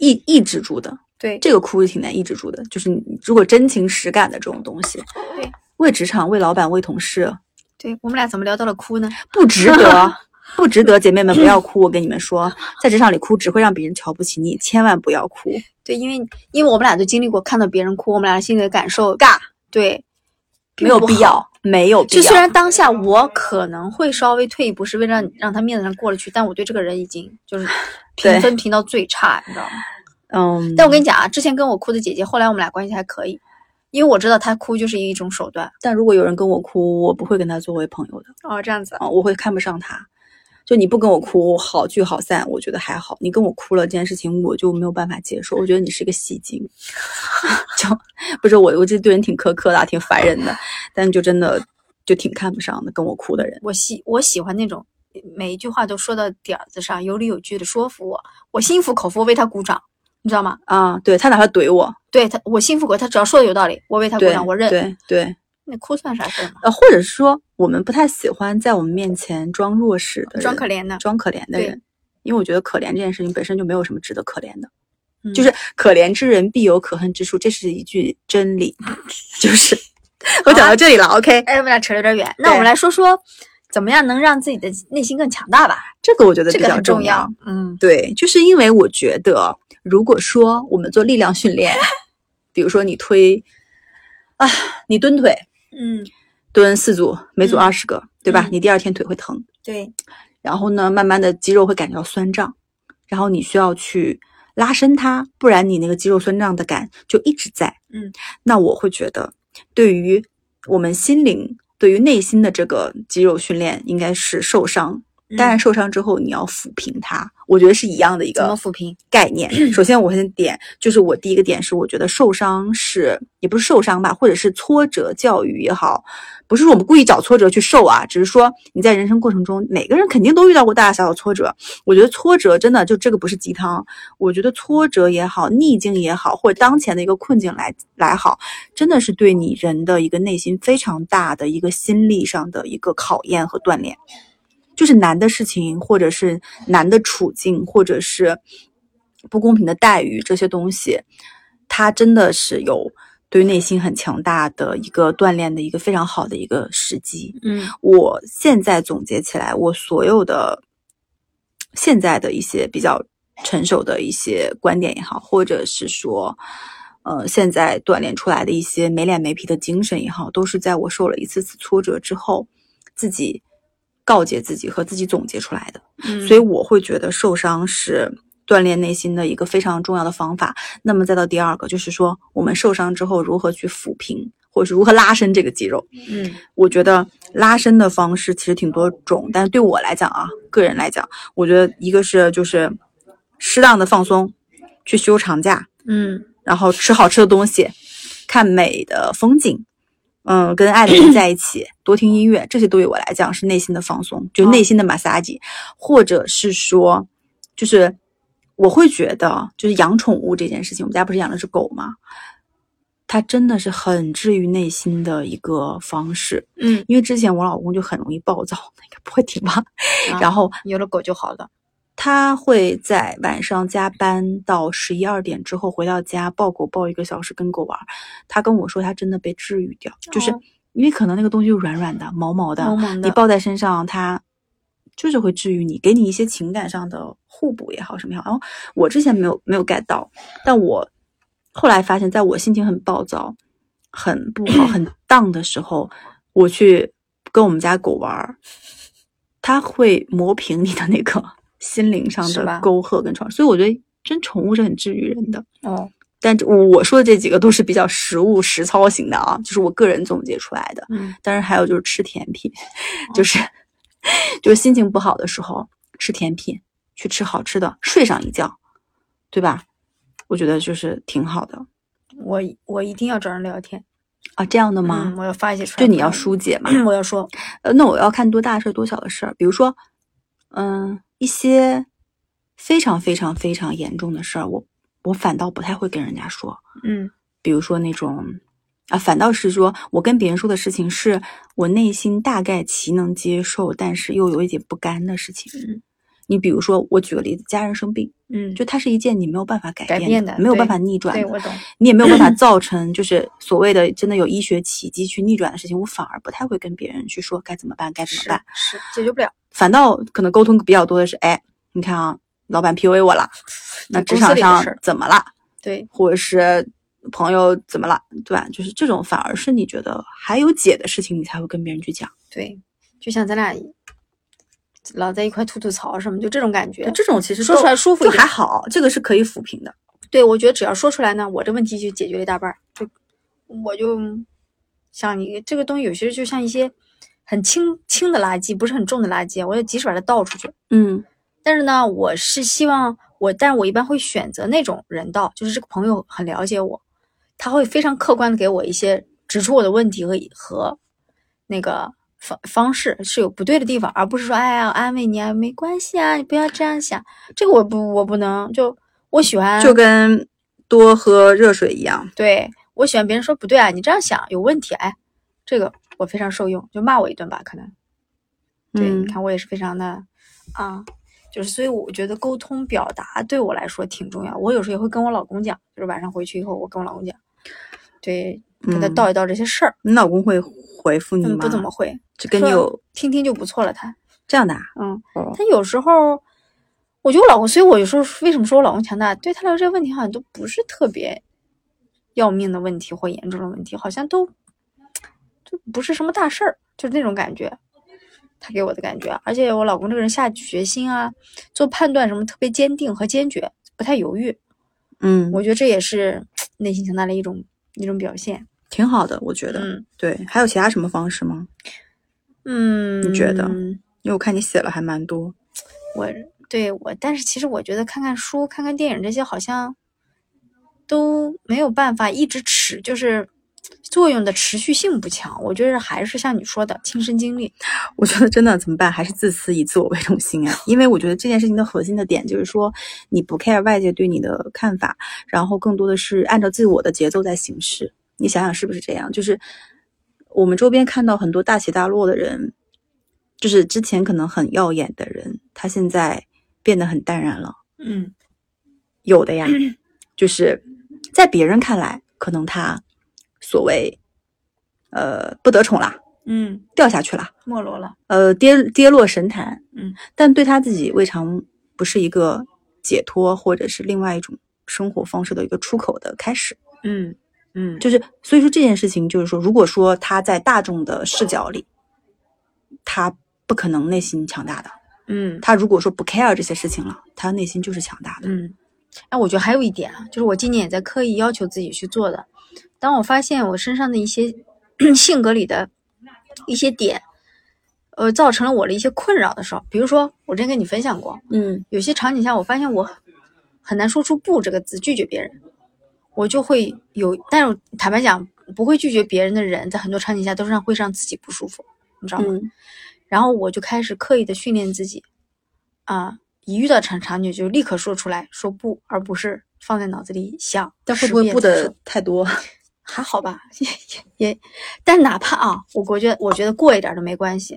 [SPEAKER 2] 抑抑制住的。
[SPEAKER 1] 对
[SPEAKER 2] 这个哭是挺难抑制住的，就是你如果真情实感的这种东西，
[SPEAKER 1] 对
[SPEAKER 2] 为职场、为老板、为同事，
[SPEAKER 1] 对，我们俩怎么聊到了哭呢？
[SPEAKER 2] 不值
[SPEAKER 1] *laughs*
[SPEAKER 2] 得，不值得。姐妹们不要哭，我跟你们说，在职场里哭只会让别人瞧不起你，千万不要哭。
[SPEAKER 1] 对，因为因为我们俩都经历过，看到别人哭，我们俩心里的感受尬，对，并
[SPEAKER 2] 没有
[SPEAKER 1] 不
[SPEAKER 2] 必
[SPEAKER 1] 好。
[SPEAKER 2] 要，没有必
[SPEAKER 1] 就
[SPEAKER 2] 要。
[SPEAKER 1] 虽然当下我可能会稍微退一步，是为了让让他面子上过得去，但我对这个人已经就是评
[SPEAKER 2] 对
[SPEAKER 1] 分评到最差，你知道吗？
[SPEAKER 2] 嗯，
[SPEAKER 1] 但我跟你讲啊，之前跟我哭的姐姐，后来我们俩关系还可以，因为我知道她哭就是一种手段。
[SPEAKER 2] 但如果有人跟我哭，我不会跟他作为朋友的
[SPEAKER 1] 哦，这样子
[SPEAKER 2] 啊，我会看不上他。就你不跟我哭，好聚好散，我觉得还好。你跟我哭了这件事情，我就没有办法接受。我觉得你是个戏精， *laughs* 就不是我，我这对人挺苛刻的啊，挺烦人的，但就真的就挺看不上的，跟我哭的人。
[SPEAKER 1] 我喜我喜欢那种每一句话都说到点儿子上，有理有据的说服我，我心服口服为他鼓掌，你知道吗？
[SPEAKER 2] 啊，对他哪怕怼我，
[SPEAKER 1] 对他，我心服口，他只要说的有道理，我为他鼓
[SPEAKER 2] 对
[SPEAKER 1] 掌，我认。
[SPEAKER 2] 对对，
[SPEAKER 1] 那哭算啥事儿嘛？
[SPEAKER 2] 呃，或者是说我们不太喜欢在我们面前装弱势的人，
[SPEAKER 1] 装可怜呢？
[SPEAKER 2] 装可怜的
[SPEAKER 1] 对
[SPEAKER 2] 人，因为我觉得可怜这件事情本身就没有什么值得可怜的，
[SPEAKER 1] 嗯
[SPEAKER 2] 就是可怜之人必有可恨之处，这是一句
[SPEAKER 1] *laughs*
[SPEAKER 2] 真理，就是我讲到这里了，OK，
[SPEAKER 1] 哎，我们俩扯得有点远，那我们
[SPEAKER 2] 对
[SPEAKER 1] 来说说怎么样能让自己的内心更强大吧，
[SPEAKER 2] 这个我觉得
[SPEAKER 1] 这
[SPEAKER 2] 比
[SPEAKER 1] 个
[SPEAKER 2] 较
[SPEAKER 1] 很重
[SPEAKER 2] 要，
[SPEAKER 1] 要。嗯，
[SPEAKER 2] 对，就是因为我觉得，如果说我们做力量训
[SPEAKER 1] *laughs*
[SPEAKER 2] 练，比如说你推啊，你蹲腿，
[SPEAKER 1] 嗯，
[SPEAKER 2] 蹲四组，每组
[SPEAKER 1] 嗯
[SPEAKER 2] 二十个，对吧？
[SPEAKER 1] 嗯
[SPEAKER 2] 你第二天腿会疼。
[SPEAKER 1] 对，
[SPEAKER 2] 然后呢，慢慢的肌肉会感觉到酸胀，然后你需要去拉伸它，不然你那个肌肉酸胀的感就一直在。
[SPEAKER 1] 嗯，
[SPEAKER 2] 那我会觉得，对于我们心灵，对于内心的这个肌肉训练，应该是受伤。
[SPEAKER 1] 嗯
[SPEAKER 2] 当然，受伤之后你要抚平它，我觉得是一样的一
[SPEAKER 1] 怎么
[SPEAKER 2] 个
[SPEAKER 1] 抚平？
[SPEAKER 2] 概念。 *clears throat* 首先，我先点，就是我第一个点是，我觉得受伤是也不是受伤吧，或者是挫折教育也好，不是说我们故意找挫折去受啊，只是说你在人生过程中，每个人肯定都遇到过大大小小挫折。我觉得挫折真的就这个不是鸡汤，我觉得挫折也好，逆境也好，或者当前的一个困境来来好，真的是对你人的一个内心非常大的一个心力上的一个考验和锻炼。就是难的事情，或者是难的处境，或者是不公平的待遇这些东西，它真的是有对内心很强大的一个锻炼的一个非常好的一个时机。
[SPEAKER 1] 嗯
[SPEAKER 2] 我现在总结起来，我所有的现在的一些比较成熟的一些观点也好，或者是说，呃，现在锻炼出来的一些没脸没皮的精神也好，都是在我受了一次次挫折之后，自己告诫自己和自己总结出来的。
[SPEAKER 1] 嗯，
[SPEAKER 2] 所以我会觉得受伤是锻炼内心的一个非常重要的方法。那么再到第二个，就是说我们受伤之后如何去抚平，或者是如何拉伸这个肌肉。
[SPEAKER 1] 嗯
[SPEAKER 2] 我觉得拉伸的方式其实挺多种，但是对我来讲啊，个人来讲，我觉得一个是就是适当的放松，去休长假，
[SPEAKER 1] 嗯
[SPEAKER 2] 然后吃好吃的东西，看美的风景，嗯，跟爱的人在一起，多听音乐，这些对我来讲是内心的放松，就
[SPEAKER 1] 哦
[SPEAKER 2] 内心的 massage，、或者是说，就是我会觉得，就是养宠物这件事情，我们家不是养了只狗吗？它真的是很治愈内心的一个方式。
[SPEAKER 1] 嗯，
[SPEAKER 2] *laughs* 因为之前我老公就很容易暴躁，那个破体吧，
[SPEAKER 1] 啊
[SPEAKER 2] 然后
[SPEAKER 1] 有了狗就好了。
[SPEAKER 2] 他会在晚上加班到十一二点之后回到家，抱狗抱一个小时，跟狗玩儿。他跟我说，他真的被治愈掉，就是
[SPEAKER 1] 哦嗯
[SPEAKER 2] 因为可能那个东西就软软的、毛毛的，
[SPEAKER 1] 萌萌的
[SPEAKER 2] 你抱在身上，它就是会治愈你，给你一些情感上的互补也好，什么也好。然后我之前没有没有 get 到，但我后来发现，在我心情很暴躁、很不
[SPEAKER 1] *clears throat*
[SPEAKER 2] 好、很荡的时候，我去跟我们家狗玩儿，它会磨平你的那个 *laughs* 心灵上
[SPEAKER 1] 是吧
[SPEAKER 2] 的沟壑跟创伤。所以我觉得，真宠物是很治愈人的。
[SPEAKER 1] 哦，
[SPEAKER 2] 但这我说的这几个都是比较实物实操型的啊，就是我个人总结出来的。
[SPEAKER 1] 嗯
[SPEAKER 2] 当然还有就是吃甜品，就是就是心情不好的时候吃甜品，去吃好吃的，睡上一觉，对吧？我觉得就是挺好的
[SPEAKER 1] 我我一定要找人聊天。
[SPEAKER 2] 啊，这样的吗？
[SPEAKER 1] 嗯，我要发一些出
[SPEAKER 2] 就
[SPEAKER 1] 来。
[SPEAKER 2] 你要疏解嘛。
[SPEAKER 1] *clears throat* 我要说，
[SPEAKER 2] 呃，那我要看多大事儿多小的事儿，比如说，嗯、一些非常非常非常严重的事儿，我我反倒不太会跟人家说。
[SPEAKER 1] 嗯
[SPEAKER 2] 比如说那种啊，反倒是说我跟别人说的事情，是我内心大概其能接受，但是又有一点不甘的事情。
[SPEAKER 1] 嗯
[SPEAKER 2] 你比如说，我举个例子，家人生病，
[SPEAKER 1] 嗯，
[SPEAKER 2] 就它是一件你没有办法改
[SPEAKER 1] 改
[SPEAKER 2] 变的，
[SPEAKER 1] 变的
[SPEAKER 2] 没有
[SPEAKER 1] 对
[SPEAKER 2] 办法逆转
[SPEAKER 1] 对
[SPEAKER 2] 的
[SPEAKER 1] 我懂。
[SPEAKER 2] 你也没有
[SPEAKER 1] *clears throat*
[SPEAKER 2] 办法造成就是所谓的真的有医学奇迹去逆转的事情，我反而不太会跟别人去说该怎么办，该怎么
[SPEAKER 1] 是
[SPEAKER 2] 办。
[SPEAKER 1] 是解决不了。
[SPEAKER 2] 反倒可能沟通比较多的是，哎，你看啊，老板 PUA 我了，那
[SPEAKER 1] 你
[SPEAKER 2] 职
[SPEAKER 1] 公司
[SPEAKER 2] 场
[SPEAKER 1] 里的
[SPEAKER 2] 上
[SPEAKER 1] 事儿
[SPEAKER 2] 怎么了？
[SPEAKER 1] 对，
[SPEAKER 2] 或者是朋友怎么了，对吧？就是这种反而是你觉得还有解的事情，你才会跟别人去讲。
[SPEAKER 1] 对，就像咱俩老在一块吐吐槽什么，就这种感觉。
[SPEAKER 2] 这种其实
[SPEAKER 1] 说
[SPEAKER 2] 都
[SPEAKER 1] 出来舒服一
[SPEAKER 2] 就
[SPEAKER 1] 点
[SPEAKER 2] 还好，这个是可以抚平的。
[SPEAKER 1] 对我觉得只要说出来呢，我这问题就解决了一大半儿。就我就像你这个东西，有些就像一些很轻轻的垃圾，不是很重的垃圾，我要及时把它倒出去。
[SPEAKER 2] 嗯
[SPEAKER 1] 但是呢，我是希望我，但我一般会选择那种人道，就是这个朋友很了解我，他会非常客观的给我一些指出我的问题和和那个方方式是有不对的地方，而不是说哎呀安慰你啊，没关系啊，你不要这样想。这个我不我不能，就我喜欢
[SPEAKER 2] 就跟多喝热水一样。
[SPEAKER 1] 对我喜欢别人说不对啊，你这样想有问题，哎，这个我非常受用，就骂我一顿吧，可能。对，你
[SPEAKER 2] 嗯，
[SPEAKER 1] 看我也是非常的啊，就是所以我觉得沟通表达对我来说挺重要。我有时候也会跟我老公讲，就是晚上回去以后，我跟我老公讲，对，给他
[SPEAKER 2] 嗯
[SPEAKER 1] 道一道这些事儿。
[SPEAKER 2] 你老公会回复你
[SPEAKER 1] 嗯，
[SPEAKER 2] 吗？
[SPEAKER 1] 不怎么，会，
[SPEAKER 2] 就跟你
[SPEAKER 1] 说
[SPEAKER 2] 有
[SPEAKER 1] 听听就不错了。他，
[SPEAKER 2] 这样的、啊。
[SPEAKER 1] 嗯，
[SPEAKER 2] 哦
[SPEAKER 1] 他有时候，我觉得我老公，所以我有时候为什么说我老公强大，对他来说这些问题好像都不是特别要命的问题或严重的问题，好像都就不是什么大事儿，就是那种感觉。他给我的感觉。啊而且我老公这个人下决心啊，做判断什么特别坚定和坚决，不太犹豫。
[SPEAKER 2] 嗯，
[SPEAKER 1] 我觉得这也是内心强大的一种一种表现。
[SPEAKER 2] 挺好的，我觉得。
[SPEAKER 1] 嗯
[SPEAKER 2] 对，还有其他什么方式吗？
[SPEAKER 1] 嗯，
[SPEAKER 2] 你觉得因为我看你写了还蛮多。
[SPEAKER 1] 我对我，但是其实我觉得看看书、看看电影这些好像都没有办法一直持，就是作用的持续性不强。我觉得还是像你说的亲身经历，
[SPEAKER 2] *laughs* 我觉得真的怎么办？还是自私以自我为中心啊！因为我觉得这件事情的核心的点就是说，你不 care 外界对你的看法，然后更多的是按照自我的节奏在行事。你想想是不是这样？就是我们周边看到很多大起大落的人，就是之前可能很耀眼的人，他现在变得很淡然了。
[SPEAKER 1] 嗯，
[SPEAKER 2] 有的呀，就是在别人看来，可能他所谓呃不得宠啦，
[SPEAKER 1] 嗯，
[SPEAKER 2] 掉下去啦，
[SPEAKER 1] 没落了。
[SPEAKER 2] 呃跌跌落神坛，
[SPEAKER 1] 嗯，
[SPEAKER 2] 但对他自己未尝不是一个解脱，或者是另外一种生活方式的一个出口的开始。
[SPEAKER 1] 嗯嗯
[SPEAKER 2] 就是所以说这件事情，就是说，如果说他在大众的视角里，他不可能内心强大的。
[SPEAKER 1] 嗯
[SPEAKER 2] 他如果说不 care 这些事情了，他内心就是强大的。
[SPEAKER 1] 嗯。哎，我觉得还有一点啊，就是我今年也在刻意要求自己去做的。当我发现我身上的一些 *clears throat* 性格里的一些点，呃，造成了我的一些困扰的时候，比如说我之前跟你分享过，
[SPEAKER 2] 嗯
[SPEAKER 1] 有些场景下，我发现我很难说出“不”这个字，拒绝别人，我就会有。但是我坦白讲，不会拒绝别人的人，在很多场景下都是让会让自己不舒服，你知道吗？
[SPEAKER 2] 嗯
[SPEAKER 1] 然后我就开始刻意的训练自己，啊，一遇到场场景就立刻说出来，说不，而不是放在脑子里想。
[SPEAKER 2] 但会
[SPEAKER 1] 十
[SPEAKER 2] 不会
[SPEAKER 1] 遍
[SPEAKER 2] 布
[SPEAKER 1] 再
[SPEAKER 2] 的
[SPEAKER 1] 说
[SPEAKER 2] 太多？ *laughs*
[SPEAKER 1] 还好吧？ *laughs* 也也也，但哪怕啊，我我觉得我觉得过一点儿都没关系，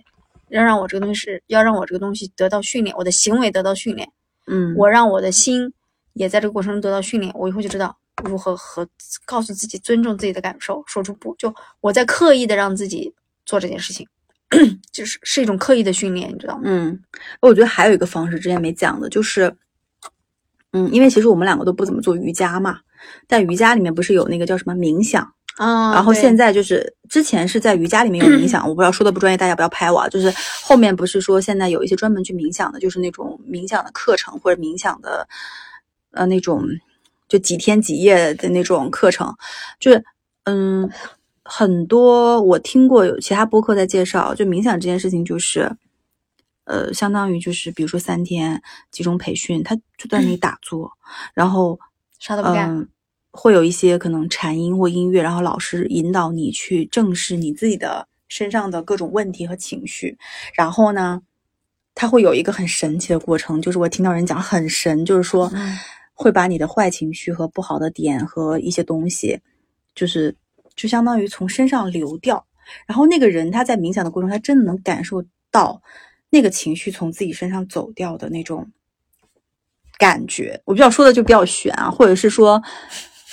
[SPEAKER 1] 要让我这个东西是要让我这个东西得到训练，我的行为得到训练。
[SPEAKER 2] 嗯
[SPEAKER 1] 我让我的心也在这个过程中得到训练，我以后就知道如何和告诉自己尊重自己的感受，说出不。就我在刻意的让自己做这件事情， *coughs* 就是是一种刻意的训练，你知道吗？
[SPEAKER 2] 嗯，我觉得还有一个方式之前没讲的，就是，嗯，因为其实我们两个都不怎么做瑜伽嘛，但瑜伽里面不是有那个叫什么冥想？
[SPEAKER 1] 啊
[SPEAKER 2] 然后现
[SPEAKER 1] 在
[SPEAKER 2] 在就是之前是在瑜伽里面有冥想，我不知道说的不专业，大家不要拍我啊。就是后面不是说现在有一些专门去冥想的，就是那种冥想的课程或者冥想的呃那种就几天几夜的那种课程，就是嗯很多我听过有其他播客在介绍，就冥想这件事情就是。呃，相当于就是，比如说三天集中培训，他就在那里打坐，然后
[SPEAKER 1] 嗯啥都不干，
[SPEAKER 2] 嗯，会有一些可能禅音或音乐，然后老师引导你去正视你自己的身上的各种问题和情绪。然后呢，他会有一个很神奇的过程，就是我听到人讲很神，就是说
[SPEAKER 1] 嗯
[SPEAKER 2] 会把你的坏情绪和不好的点和一些东西，就是就相当于从身上流掉。然后那个人他在冥想的过程中，他真的能感受到那个情绪从自己身上走掉的那种感觉。我比较说的就比较悬啊，或者是说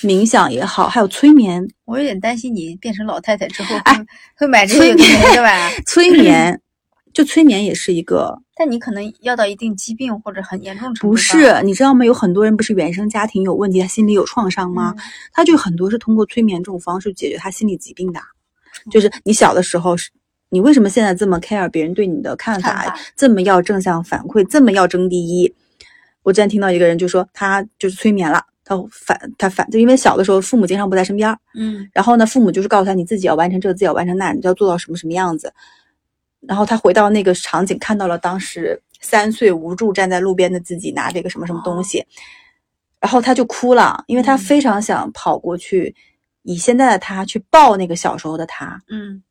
[SPEAKER 2] 冥想也好，还有催眠，
[SPEAKER 1] 我有点担心你变成老太太之后会、
[SPEAKER 2] 哎
[SPEAKER 1] 会买这
[SPEAKER 2] 催
[SPEAKER 1] 个东西，
[SPEAKER 2] 眠
[SPEAKER 1] 对吧？
[SPEAKER 2] 催眠 *coughs* 就催眠也是一个，
[SPEAKER 1] 但你可能要到一定疾病或者很严重程度吧，
[SPEAKER 2] 不是你知道吗？有很多人不是原生家庭有问题，他心理有创伤吗？
[SPEAKER 1] 嗯
[SPEAKER 2] 他就很多是通过催眠这种方式解决他心理疾病的，就是你小的时候是。你为什么现在这么 care 别人对你的看法，
[SPEAKER 1] 看法
[SPEAKER 2] 这么要正向反馈，这么要争第一？我之前听到一个人就说，他就是催眠了，他反他反，就因为小的时候父母经常不在身边儿，
[SPEAKER 1] 嗯
[SPEAKER 2] 然后呢，父母就是告诉他你自己要完成这个，自己要完成那，你就要做到什么什么样子。然后他回到那个场景，看到了当时三岁无助站在路边的自己拿着一个什么什么东西，然后他就哭了，因为他
[SPEAKER 1] 嗯
[SPEAKER 2] 非常想跑过去，以现在的他去抱那个小时候的他，
[SPEAKER 1] 嗯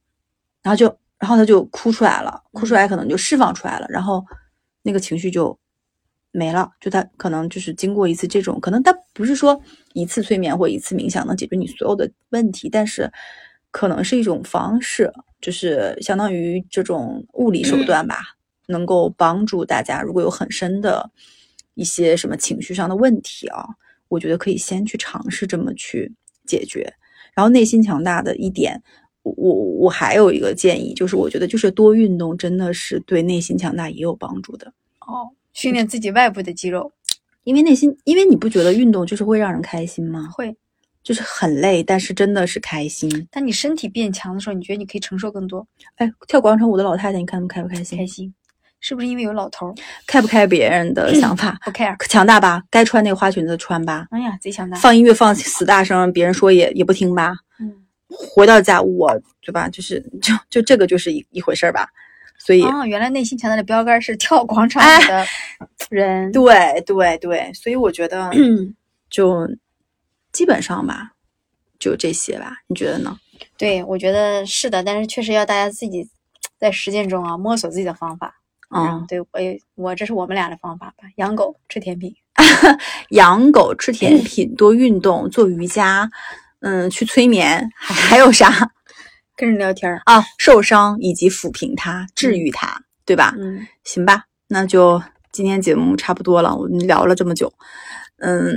[SPEAKER 2] 然后就然后他就哭出来了，哭出来可能就释放出来了，然后那个情绪就没了，就他可能就是经过一次这种，可能他不是说一次催眠或一次冥想能解决你所有的问题，但是可能是一种方式，就是相当于这种物理手段吧，能够帮助大家，如果有很深的一些什么情绪上的问题啊，我觉得可以先去尝试这么去解决。然后内心强大的一点，我我我还有一个建议，就是我觉得就是多运动真的是对内心强大也有帮助的，
[SPEAKER 1] 哦，训练自己外部的肌肉
[SPEAKER 2] 因为内心，因为你不觉得运动就是会让人开心吗？
[SPEAKER 1] 会
[SPEAKER 2] 就是很累，但是真的是开心。
[SPEAKER 1] 当你身体变强的时候，你觉得你可以承受更多，
[SPEAKER 2] 哎，跳广场舞的老太太，你看她们开不开心？
[SPEAKER 1] 开心，是不是因为有老头儿
[SPEAKER 2] 开不开别人的想法？
[SPEAKER 1] 不 care？
[SPEAKER 2] 可强大吧，该穿那个花裙子穿吧，
[SPEAKER 1] 哎呀，贼强大，
[SPEAKER 2] 放音乐放死大声，别人说也也不听吧。
[SPEAKER 1] 嗯，
[SPEAKER 2] 回到家我对吧，就是就就这个就是一一回事儿吧。所以，
[SPEAKER 1] 哦，原来内心强大的标杆是跳广场舞的人，
[SPEAKER 2] 对对对，所以我觉得
[SPEAKER 1] 嗯
[SPEAKER 2] 就基本上吧，就这些吧。你觉得呢？
[SPEAKER 1] *clears throat* 对，我觉得是的，但是确实要大家自己在实践中啊，摸索自己的方法。然后
[SPEAKER 2] 嗯，
[SPEAKER 1] 对我也我这是我们俩的方法吧，养狗吃甜品，
[SPEAKER 2] 养狗、吃甜品、多运动、做瑜伽，嗯，去催眠，还还有啥
[SPEAKER 1] 跟人聊天儿，
[SPEAKER 2] 啊？受伤以及抚平它、治愈它，对吧？
[SPEAKER 1] 嗯，
[SPEAKER 2] 行吧，那就今天节目差不多了，我们聊了这么久，嗯，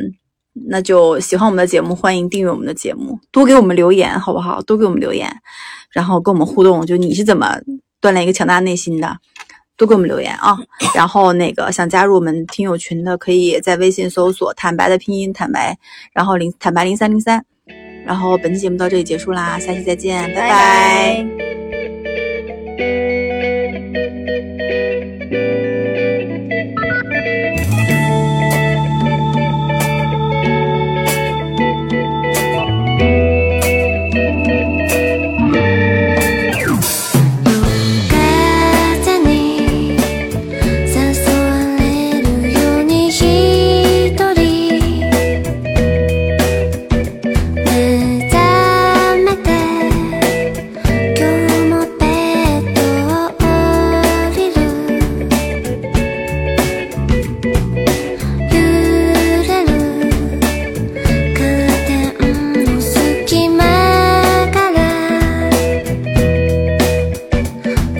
[SPEAKER 2] 那就喜欢我们的节目，欢迎订阅我们的节目，多给我们留言好不好？多给我们留言，然后跟我们互动，就你是怎么锻炼一个强大内心的？多给我们留言啊！然后那个想加入我们听友群的，可以在微信搜索“坦白”的拼音“坦白”，然后零坦白零三零三。然后本期节目到这里结束啦，下期再见，拜
[SPEAKER 1] 拜
[SPEAKER 3] 風に誘われるように一人目覚めて今日もベッドを降りる揺れるカーテンの隙間から「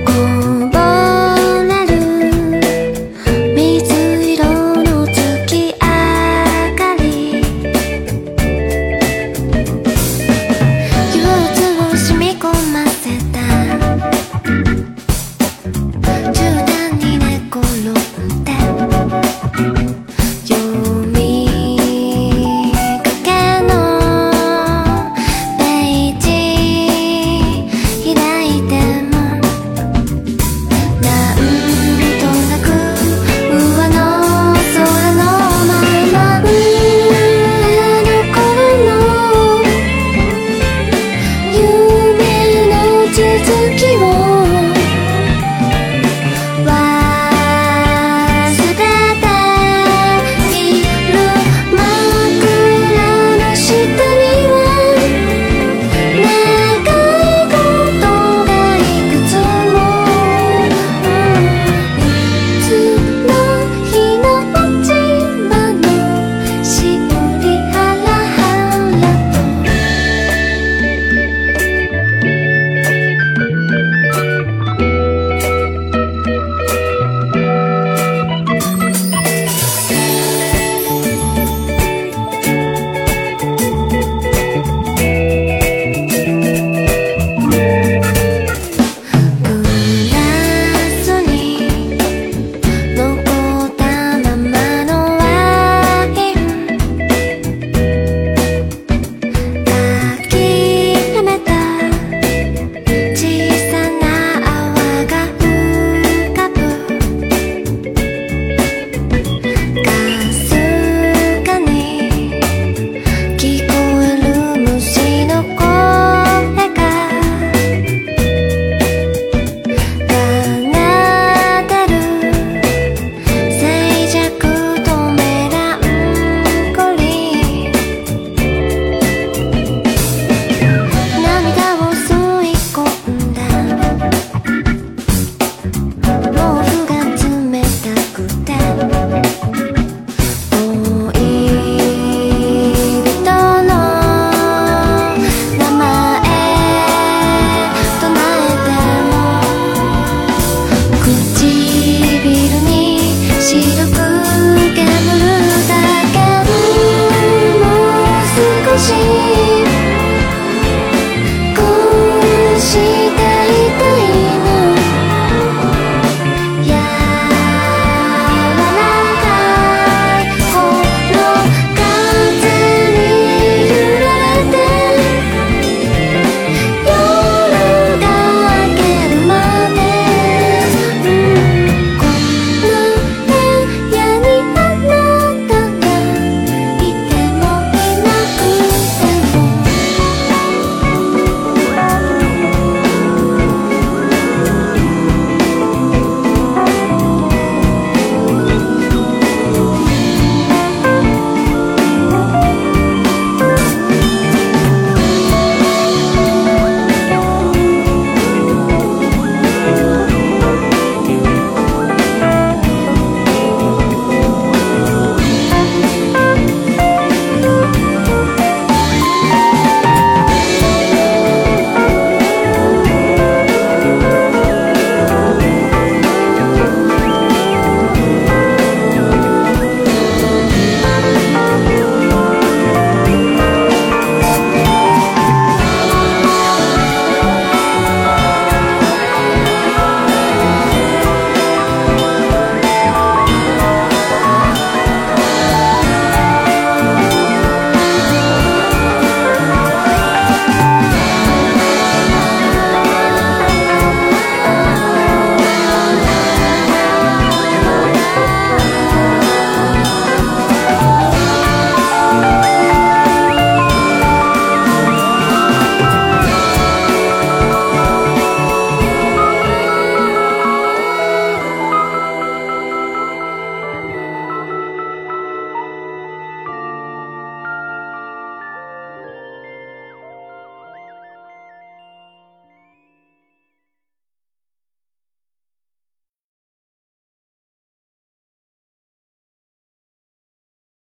[SPEAKER 3] こぼれる水色の月明かり」「憂鬱を染み込ませた」「中断に寝転んで」「読みかけのページ開いても」なんとなく上の空のまま生まれる頃の夢の続きを忘れている枕の下には「願い事がいくつもある」「いつの日の立場のしおりハラハラと」「グラスに残ったままのワイン」「諦めた小さな泡が浮かぶ」「かすかに聞こえる虫の声が」奏でる静寂とメランコリー涙を吸い込んだもう